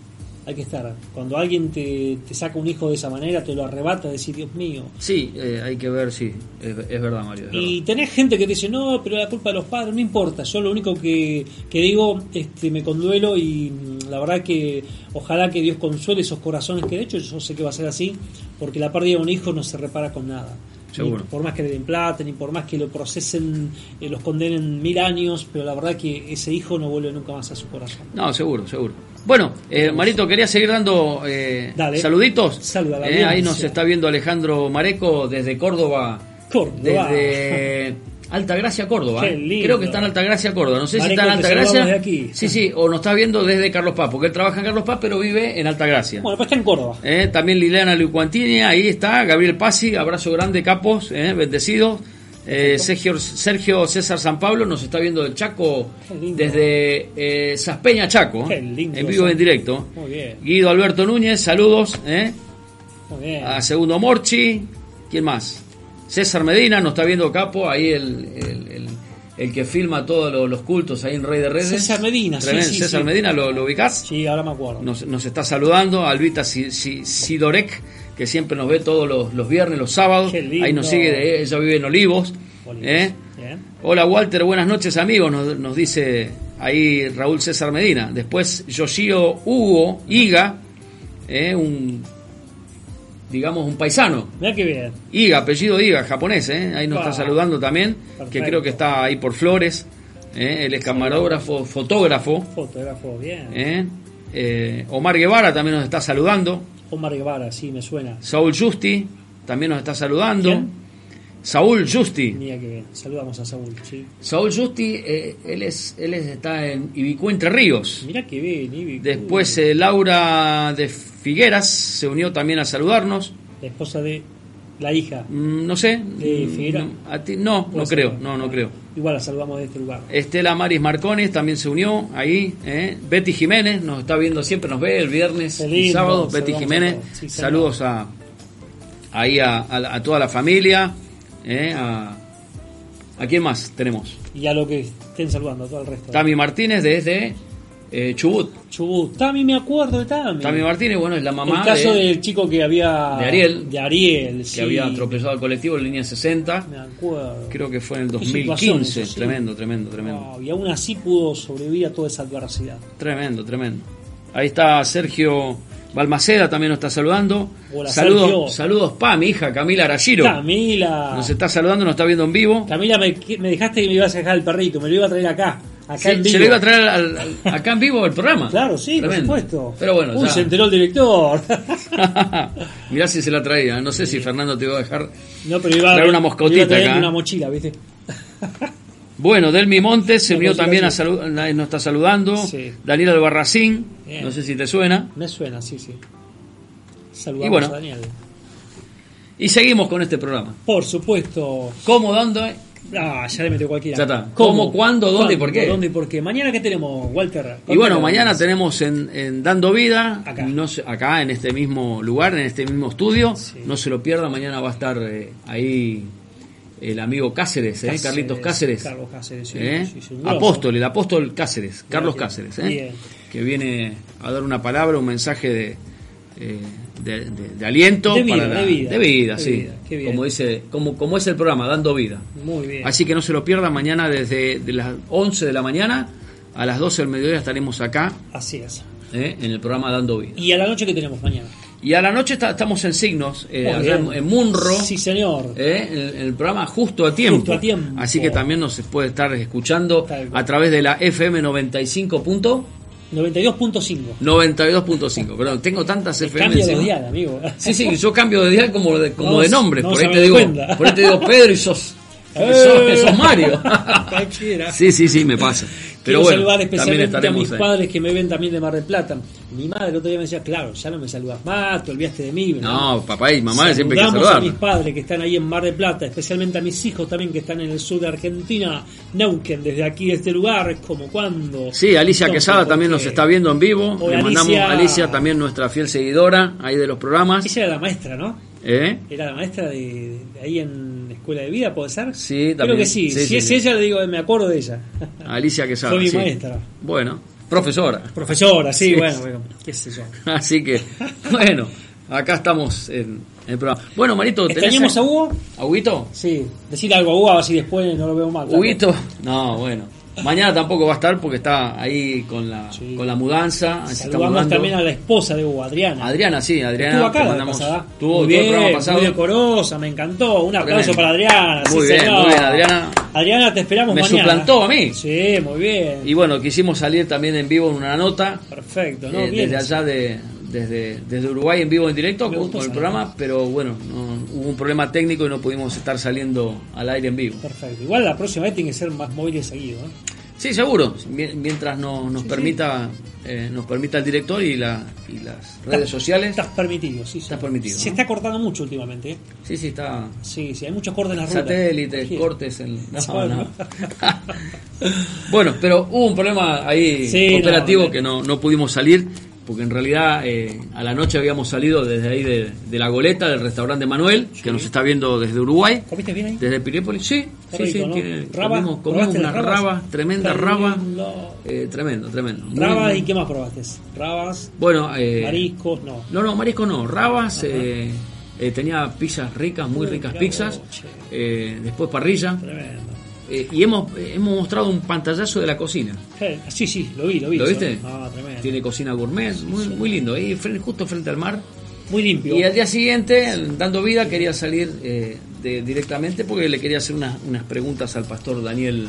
S2: Hay que estar. Cuando alguien te, te saca un hijo de esa manera, te lo arrebata, decís, Dios mío.
S1: Sí, eh, hay que ver, sí. Es, es verdad, Mario. es
S2: Y
S1: verdad.
S2: tenés gente que te dice, no, pero la culpa de los padres, no importa. Yo lo único que, que digo, este, me conduelo y mm, la verdad que ojalá que Dios consuele esos corazones, que de hecho yo sé que va a ser así, porque la pérdida de un hijo no se repara con nada. Ni
S1: Seguro.
S2: por más que le den plata, ni por más que lo procesen, eh, los condenen mil años, pero la verdad que ese hijo no vuelve nunca más a su corazón.
S1: No, seguro, seguro. Bueno, eh, Marito, quería seguir dando eh,
S2: Dale.
S1: saluditos.
S2: Saluda a la
S1: Eh,
S2: audiencia.
S1: ahí nos está viendo Alejandro Mareco desde Córdoba.
S2: Córdoba.
S1: Desde Altagracia, Córdoba.
S2: Qué
S1: eh.
S2: lindo.
S1: Creo que está en Altagracia, Córdoba. No sé si
S2: Mareco,
S1: está en
S2: te
S1: Altagracia.
S2: saludamos de aquí.
S1: Sí, sí, o nos está viendo desde Carlos Paz, porque él trabaja en Carlos Paz, pero vive en Altagracia.
S2: Bueno, pues está en Córdoba.
S1: Eh, también Liliana Lucuantini, ahí está, Gabriel Pazzi, abrazo grande, capos, eh, bendecidos. Eh, Sergio, Sergio César San Pablo nos está viendo del Chaco
S2: Qué lindo.
S1: desde eh, Saspeña Chaco,
S2: Qué lindo
S1: en vivo
S2: eso.
S1: y en directo.
S2: Muy bien,
S1: Guido Alberto Núñez, saludos. eh,
S2: muy bien.
S1: a Segundo Morchi, ¿quién más? César Medina nos está viendo capo, ahí el, el- el- el que filma todos lo- los cultos ahí en Rey de Redes.
S2: César Medina, sí,
S1: Tremendo.
S2: sí,
S1: César
S2: sí.
S1: Medina, ¿lo, lo ubicás?
S2: Sí, ahora me acuerdo.
S1: nos, nos está saludando, Albita Si- Si- Sidorek, que siempre nos ve todos los, los viernes, los sábados.
S2: Qué lindo.
S1: Ahí nos sigue, de- ella vive en Olivos.
S2: Olivos,
S1: ¿eh?
S2: bien.
S1: Hola Walter, buenas noches amigos, nos, nos dice ahí Raúl César Medina. Después Yoshio Hugo Iga, ¿eh? un digamos un paisano.
S2: Mira qué bien.
S1: Iga, apellido Iga, japonés, ¿eh? ahí nos
S2: Pa.
S1: está saludando también, que
S2: Perfecto.
S1: creo que está ahí por Flores. ¿eh? Él es camarógrafo, fotógrafo.
S2: Fotógrafo, bien.
S1: ¿eh? Eh, Omar Guevara también nos está saludando.
S2: Omar Guevara, sí, me suena.
S1: Saúl Justi también nos está saludando.
S2: ¿Quién?
S1: Saúl Justi.
S2: Mira que bien. Saludamos a Saúl, sí.
S1: Saúl Justi, eh, él, es, él es- está en Ibicú Entre Ríos.
S2: Mira que bien, Ibi.
S1: Después eh, Laura de Figueras se unió también a saludarnos.
S2: La esposa de la hija.
S1: Mm, No sé.
S2: ¿De
S1: mm,
S2: Figueras?
S1: no, a ti- no, no
S2: Puede ser,
S1: creo, no, no creo.
S2: Igual la saludamos de este lugar.
S1: Estela Maris Marcones también se unió ahí. ¿eh? Betty Jiménez nos está viendo siempre, nos ve el viernes
S2: Qué
S1: y
S2: lindo,
S1: sábado. Betty
S2: saludamos
S1: Jiménez,
S2: a todos. Sí, señor.
S1: saludos a ahí a, a la- a toda la familia. ¿eh? A, ¿a quién más tenemos?
S2: Y a lo que estén saludando, a todo el resto.
S1: Tami Martínez desde eh, Chubut.
S2: Chubut. Tami, me acuerdo de Tami.
S1: Tami Martínez, bueno, es la mamá
S2: El caso
S1: de-
S2: del chico que había.
S1: De Ariel.
S2: De Ariel,
S1: que
S2: sí.
S1: había atropellado al colectivo en línea 60.
S2: Me acuerdo.
S1: Creo que fue en el
S2: Qué situación eso,
S1: 2015.
S2: sí.
S1: Tremendo, tremendo, tremendo.
S2: No, y aún así pudo sobrevivir a toda esa adversidad.
S1: Tremendo, tremendo. Ahí está Sergio Balmaceda también nos está saludando.
S2: Hola,
S1: saludos,
S2: Sergio. Ah,
S1: saludos pa, mi hija Camila Arashiro.
S2: Camila.
S1: Nos está saludando, nos está viendo en vivo.
S2: Camila, me, me dejaste que me ibas a dejar el perrito. Me lo iba a traer acá. Acá
S1: Se,
S2: en vivo.
S1: se lo iba a traer al- al- acá en vivo el programa.
S2: Claro, sí,
S1: Tremendo.
S2: por supuesto.
S1: Pero bueno,
S2: Uy,
S1: ya.
S2: se enteró el director.
S1: mirá si se la traía. No sé si Fernando te iba a dejar.
S2: no, pero iba,
S1: Traer una moscotita
S2: iba a traer
S1: acá.
S2: una mochila, ¿viste?
S1: Bueno, Delmi Montes se
S2: Una
S1: unió
S2: cosita
S1: también a
S2: así.
S1: salu- na- nos está saludando.
S2: Sí.
S1: Daniel Albarracín,
S2: Bien.
S1: no sé si te suena.
S2: Me suena, sí, sí. Saludamos
S1: Y bueno.
S2: a Daniel.
S1: Y seguimos con este programa. eh.
S2: Por supuesto.
S1: ¿Cómo, dando?
S2: Ah, ya le metió cualquiera.
S1: Ya está. ¿Cómo, cuándo, dónde y por qué?
S2: ¿Dónde y por qué? Mañana, ¿qué tenemos, Walter?
S1: Y bueno, mañana tenemos en, en Dando Vida,
S2: Acá.
S1: No sé, acá en este mismo lugar, en este mismo estudio.
S2: Sí.
S1: No se lo pierda, mañana va a estar eh, ahí el amigo Cáceres, eh, Carlitos Cáceres.
S2: Carlos Cáceres, sí.
S1: eh,
S2: sí, sí, un grosso.
S1: apóstol, el apóstol Cáceres, Carlos
S2: bien.
S1: Cáceres, eh,
S2: Bien.
S1: que viene a dar una palabra, un mensaje de, eh, de, de- de aliento.
S2: De vida,
S1: para la-
S2: de vida.
S1: de vida,
S2: De
S1: sí.
S2: vida, qué bien.
S1: Como, dice, como, como es el programa, Dando Vida.
S2: Muy bien.
S1: Así que no se lo pierda, mañana desde de las 11 de la mañana a las 12 del mediodía estaremos acá
S2: Así es.
S1: ¿eh? en el programa Dando Vida.
S2: ¿Y a la noche qué tenemos mañana?
S1: Y a la noche está- estamos en Signos, eh,
S2: Muy
S1: allá en,
S2: bien.
S1: en Munro,
S2: Sí, señor.
S1: ¿eh? en, en el programa justo a, tiempo.
S2: Justo a tiempo.
S1: Así que también nos puede estar escuchando
S2: Tal cual.
S1: a través de la FM 95.92.5.
S2: 92.5.
S1: Perdón, tengo tantas FM.
S2: Cambia de
S1: encima.
S2: dial, amigo.
S1: Sí, sí, yo cambio de día como de, como
S2: No,
S1: de nombre.
S2: no
S1: por,
S2: se
S1: ahí te
S2: me
S1: digo,
S2: cuenta.
S1: por ahí te digo Pedro y sos,
S2: ¡Eh!
S1: sos, sos Mario.
S2: Cualquiera.
S1: sí, sí, sí, me pasa. Pero bueno,
S2: quiero saludar
S1: también
S2: especialmente a
S1: estaremos
S2: mis
S1: ahí.
S2: padres que me ven también de Mar del Plata. Mi madre el otro día me decía, claro, ya no me saludas más, te olvidaste de mí. ¿verdad?
S1: No, papá y mamá siempre hay que
S2: Saludamos
S1: saludar.
S2: a mis padres que están ahí en Mar del Plata, especialmente a mis hijos también que están en el sur de Argentina, Neuquén, desde aquí, este lugar, es como cuando.
S1: Sí, Alicia
S2: Entonces,
S1: Quesada también nos
S2: porque-
S1: está viendo en vivo.
S2: Hola,
S1: Le mandamos
S2: Alicia.
S1: a Alicia, también nuestra fiel seguidora ahí de los programas.
S2: Ella era la maestra, ¿no?
S1: ¿Eh?
S2: Era la maestra de, de ahí en Escuela de Vida, ¿puede ser?
S1: Sí,
S2: Creo
S1: también.
S2: que sí.
S1: Sí,
S2: si
S1: sí,
S2: es
S1: sí.
S2: ella, le digo, me acuerdo de ella.
S1: Alicia Quesada.
S2: Fue mi
S1: sí.
S2: maestra.
S1: Bueno, profesora.
S2: Profesora, sí,
S1: Sí.
S2: bueno, bueno, qué sé yo.
S1: Así que, bueno, acá estamos en, en el programa. Bueno, Marito, ¿tenés-
S2: ¿Extrañamos a Hugo?
S1: ¿A Huguito?
S2: Sí, decir algo a Hugo, así después no lo veo mal.
S1: Huguito, no, bueno. Mañana tampoco va a estar porque está ahí con la,
S2: Sí.
S1: con la mudanza. se está
S2: Saludamos
S1: mudando.
S2: también a la esposa de Hugo, Adriana.
S1: Adriana, sí, Adriana.
S2: Estuvo
S1: te
S2: acá la
S1: mandamos-
S2: pasada.
S1: tuvo- tuvo
S2: muy
S1: el
S2: bien,
S1: programa pasado.
S2: muy decorosa, me encantó. Un aplauso
S1: Tremendo.
S2: para Adriana.
S1: Muy
S2: sí,
S1: bien,
S2: señor.
S1: muy bien, Adriana.
S2: Adriana, te esperamos
S1: Me
S2: mañana.
S1: suplantó a mí.
S2: Sí, muy bien.
S1: Y bueno, quisimos salir también en vivo en una nota
S2: Perfecto, ¿no?
S1: eh,
S2: bien.
S1: desde allá de desde, desde Uruguay en vivo en directo
S2: Me
S1: con,
S2: gustó
S1: con el
S2: esa
S1: programa, pero bueno, no- hubo un problema técnico y no pudimos estar saliendo al aire en vivo.
S2: Perfecto. Igual la próxima vez tiene que ser más móviles seguido. ¿eh?
S1: Sí, seguro, mie- mientras no- nos permita eh, nos permita el director y, la, y las redes sociales.
S2: Estás permitido, sí. sí.
S1: Estás permitido, ¿no?
S2: Se está cortando mucho últimamente. ¿eh?
S1: Sí, sí, está
S2: Sí, sí, hay muchos cortes en la ruta.
S1: satélites,
S2: Sí.
S1: cortes en no,
S2: Bueno.
S1: no. bueno, pero hubo un problema ahí
S2: Sí,
S1: operativo
S2: no,
S1: que no, no pudimos salir, porque en realidad eh, a la noche habíamos salido desde ahí de, de la goleta del restaurante Manuel, que nos está viendo desde Uruguay.
S2: ¿Comiste bien ahí?
S1: Desde Piriápolis, sí,
S2: Está
S1: sí,
S2: rico,
S1: sí,
S2: ¿no?
S1: tiene-
S2: Raba,
S1: comimos, comimos
S2: ¿probaste
S1: una
S2: las rabas?
S1: raba, tremenda raba,
S2: Tremendo.
S1: eh, tremendo, tremendo. Muy,
S2: Rabas
S1: muy-
S2: y qué más probaste? Rabas,
S1: bueno, eh,
S2: mariscos, no.
S1: no, no, marisco no, rabas, eh, eh, tenía pizzas ricas, muy
S2: Uy,
S1: ricas
S2: mirá
S1: pizzas,
S2: vos, che.
S1: eh, después parrilla,
S2: Tremendo.
S1: eh, y hemos, eh, hemos mostrado un pantallazo de la cocina.
S2: Eh, Sí, sí, lo vi, lo vi.
S1: ¿Lo
S2: eso.
S1: viste?
S2: Ah, tremendo.
S1: Tiene cocina gourmet, muy, muy lindo, ahí fren- justo frente al mar.
S2: Muy limpio.
S1: Y al día siguiente, dando vida, quería salir eh, de- directamente porque le quería hacer unas, unas preguntas al pastor Daniel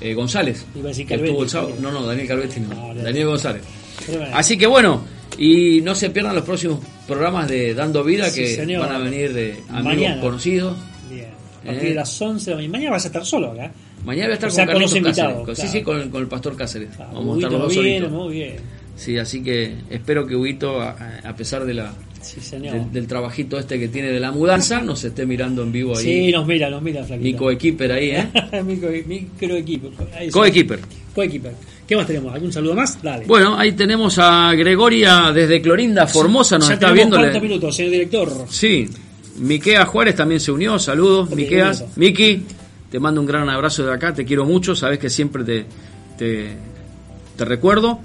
S1: eh, González.
S2: Iba a decir
S1: que
S2: Calvetti,
S1: estuvo el sábado. No,
S2: Calvetti.
S1: no, Daniel Calvetti no,
S2: No, no.
S1: Daniel González.
S2: Tremendo.
S1: Así que bueno, y no se pierdan los próximos programas de Dando Vida
S2: Sí,
S1: que
S2: señor.
S1: van a venir eh, amigos
S2: Mañana.
S1: conocidos.
S2: Bien. A partir
S1: Eh.
S2: de las 11 de la mañana. Mañana vas a estar solo acá.
S1: Mañana voy a estar
S2: O sea,
S1: con
S2: con los
S1: Carlitos Cáceres.
S2: invitados,
S1: Con-
S2: claro.
S1: Sí, sí, con, con el pastor Cáceres.
S2: Ah,
S1: Vamos a estar los
S2: Huguito
S1: dos
S2: lo viene,
S1: solitos.
S2: muy bien.
S1: Sí, así que espero que Huguito, a, a pesar de la,
S2: Sí, señor.
S1: del, del trabajito este que tiene de la mudanza, nos esté mirando en vivo ahí.
S2: Sí, nos mira, nos mira,
S1: Mi
S2: flaquito.
S1: coequiper ahí, ¿eh?
S2: micro, micro equipo. Ahí está.
S1: Coequiper.
S2: Coequiper. ¿Qué más tenemos? ¿Algún saludo más? Dale.
S1: Bueno, ahí tenemos a Gregoria desde Clorinda, Formosa, nos
S2: ya
S1: está
S2: tenemos
S1: viendo.
S2: ¿Cuántos minutos, señor director?
S1: Sí, Miquea Juárez también se unió, saludos,
S2: Ok,
S1: Miqueas.
S2: bien.
S1: Miki, te mando un gran abrazo de acá, te quiero mucho, sabes que siempre te, te, te recuerdo.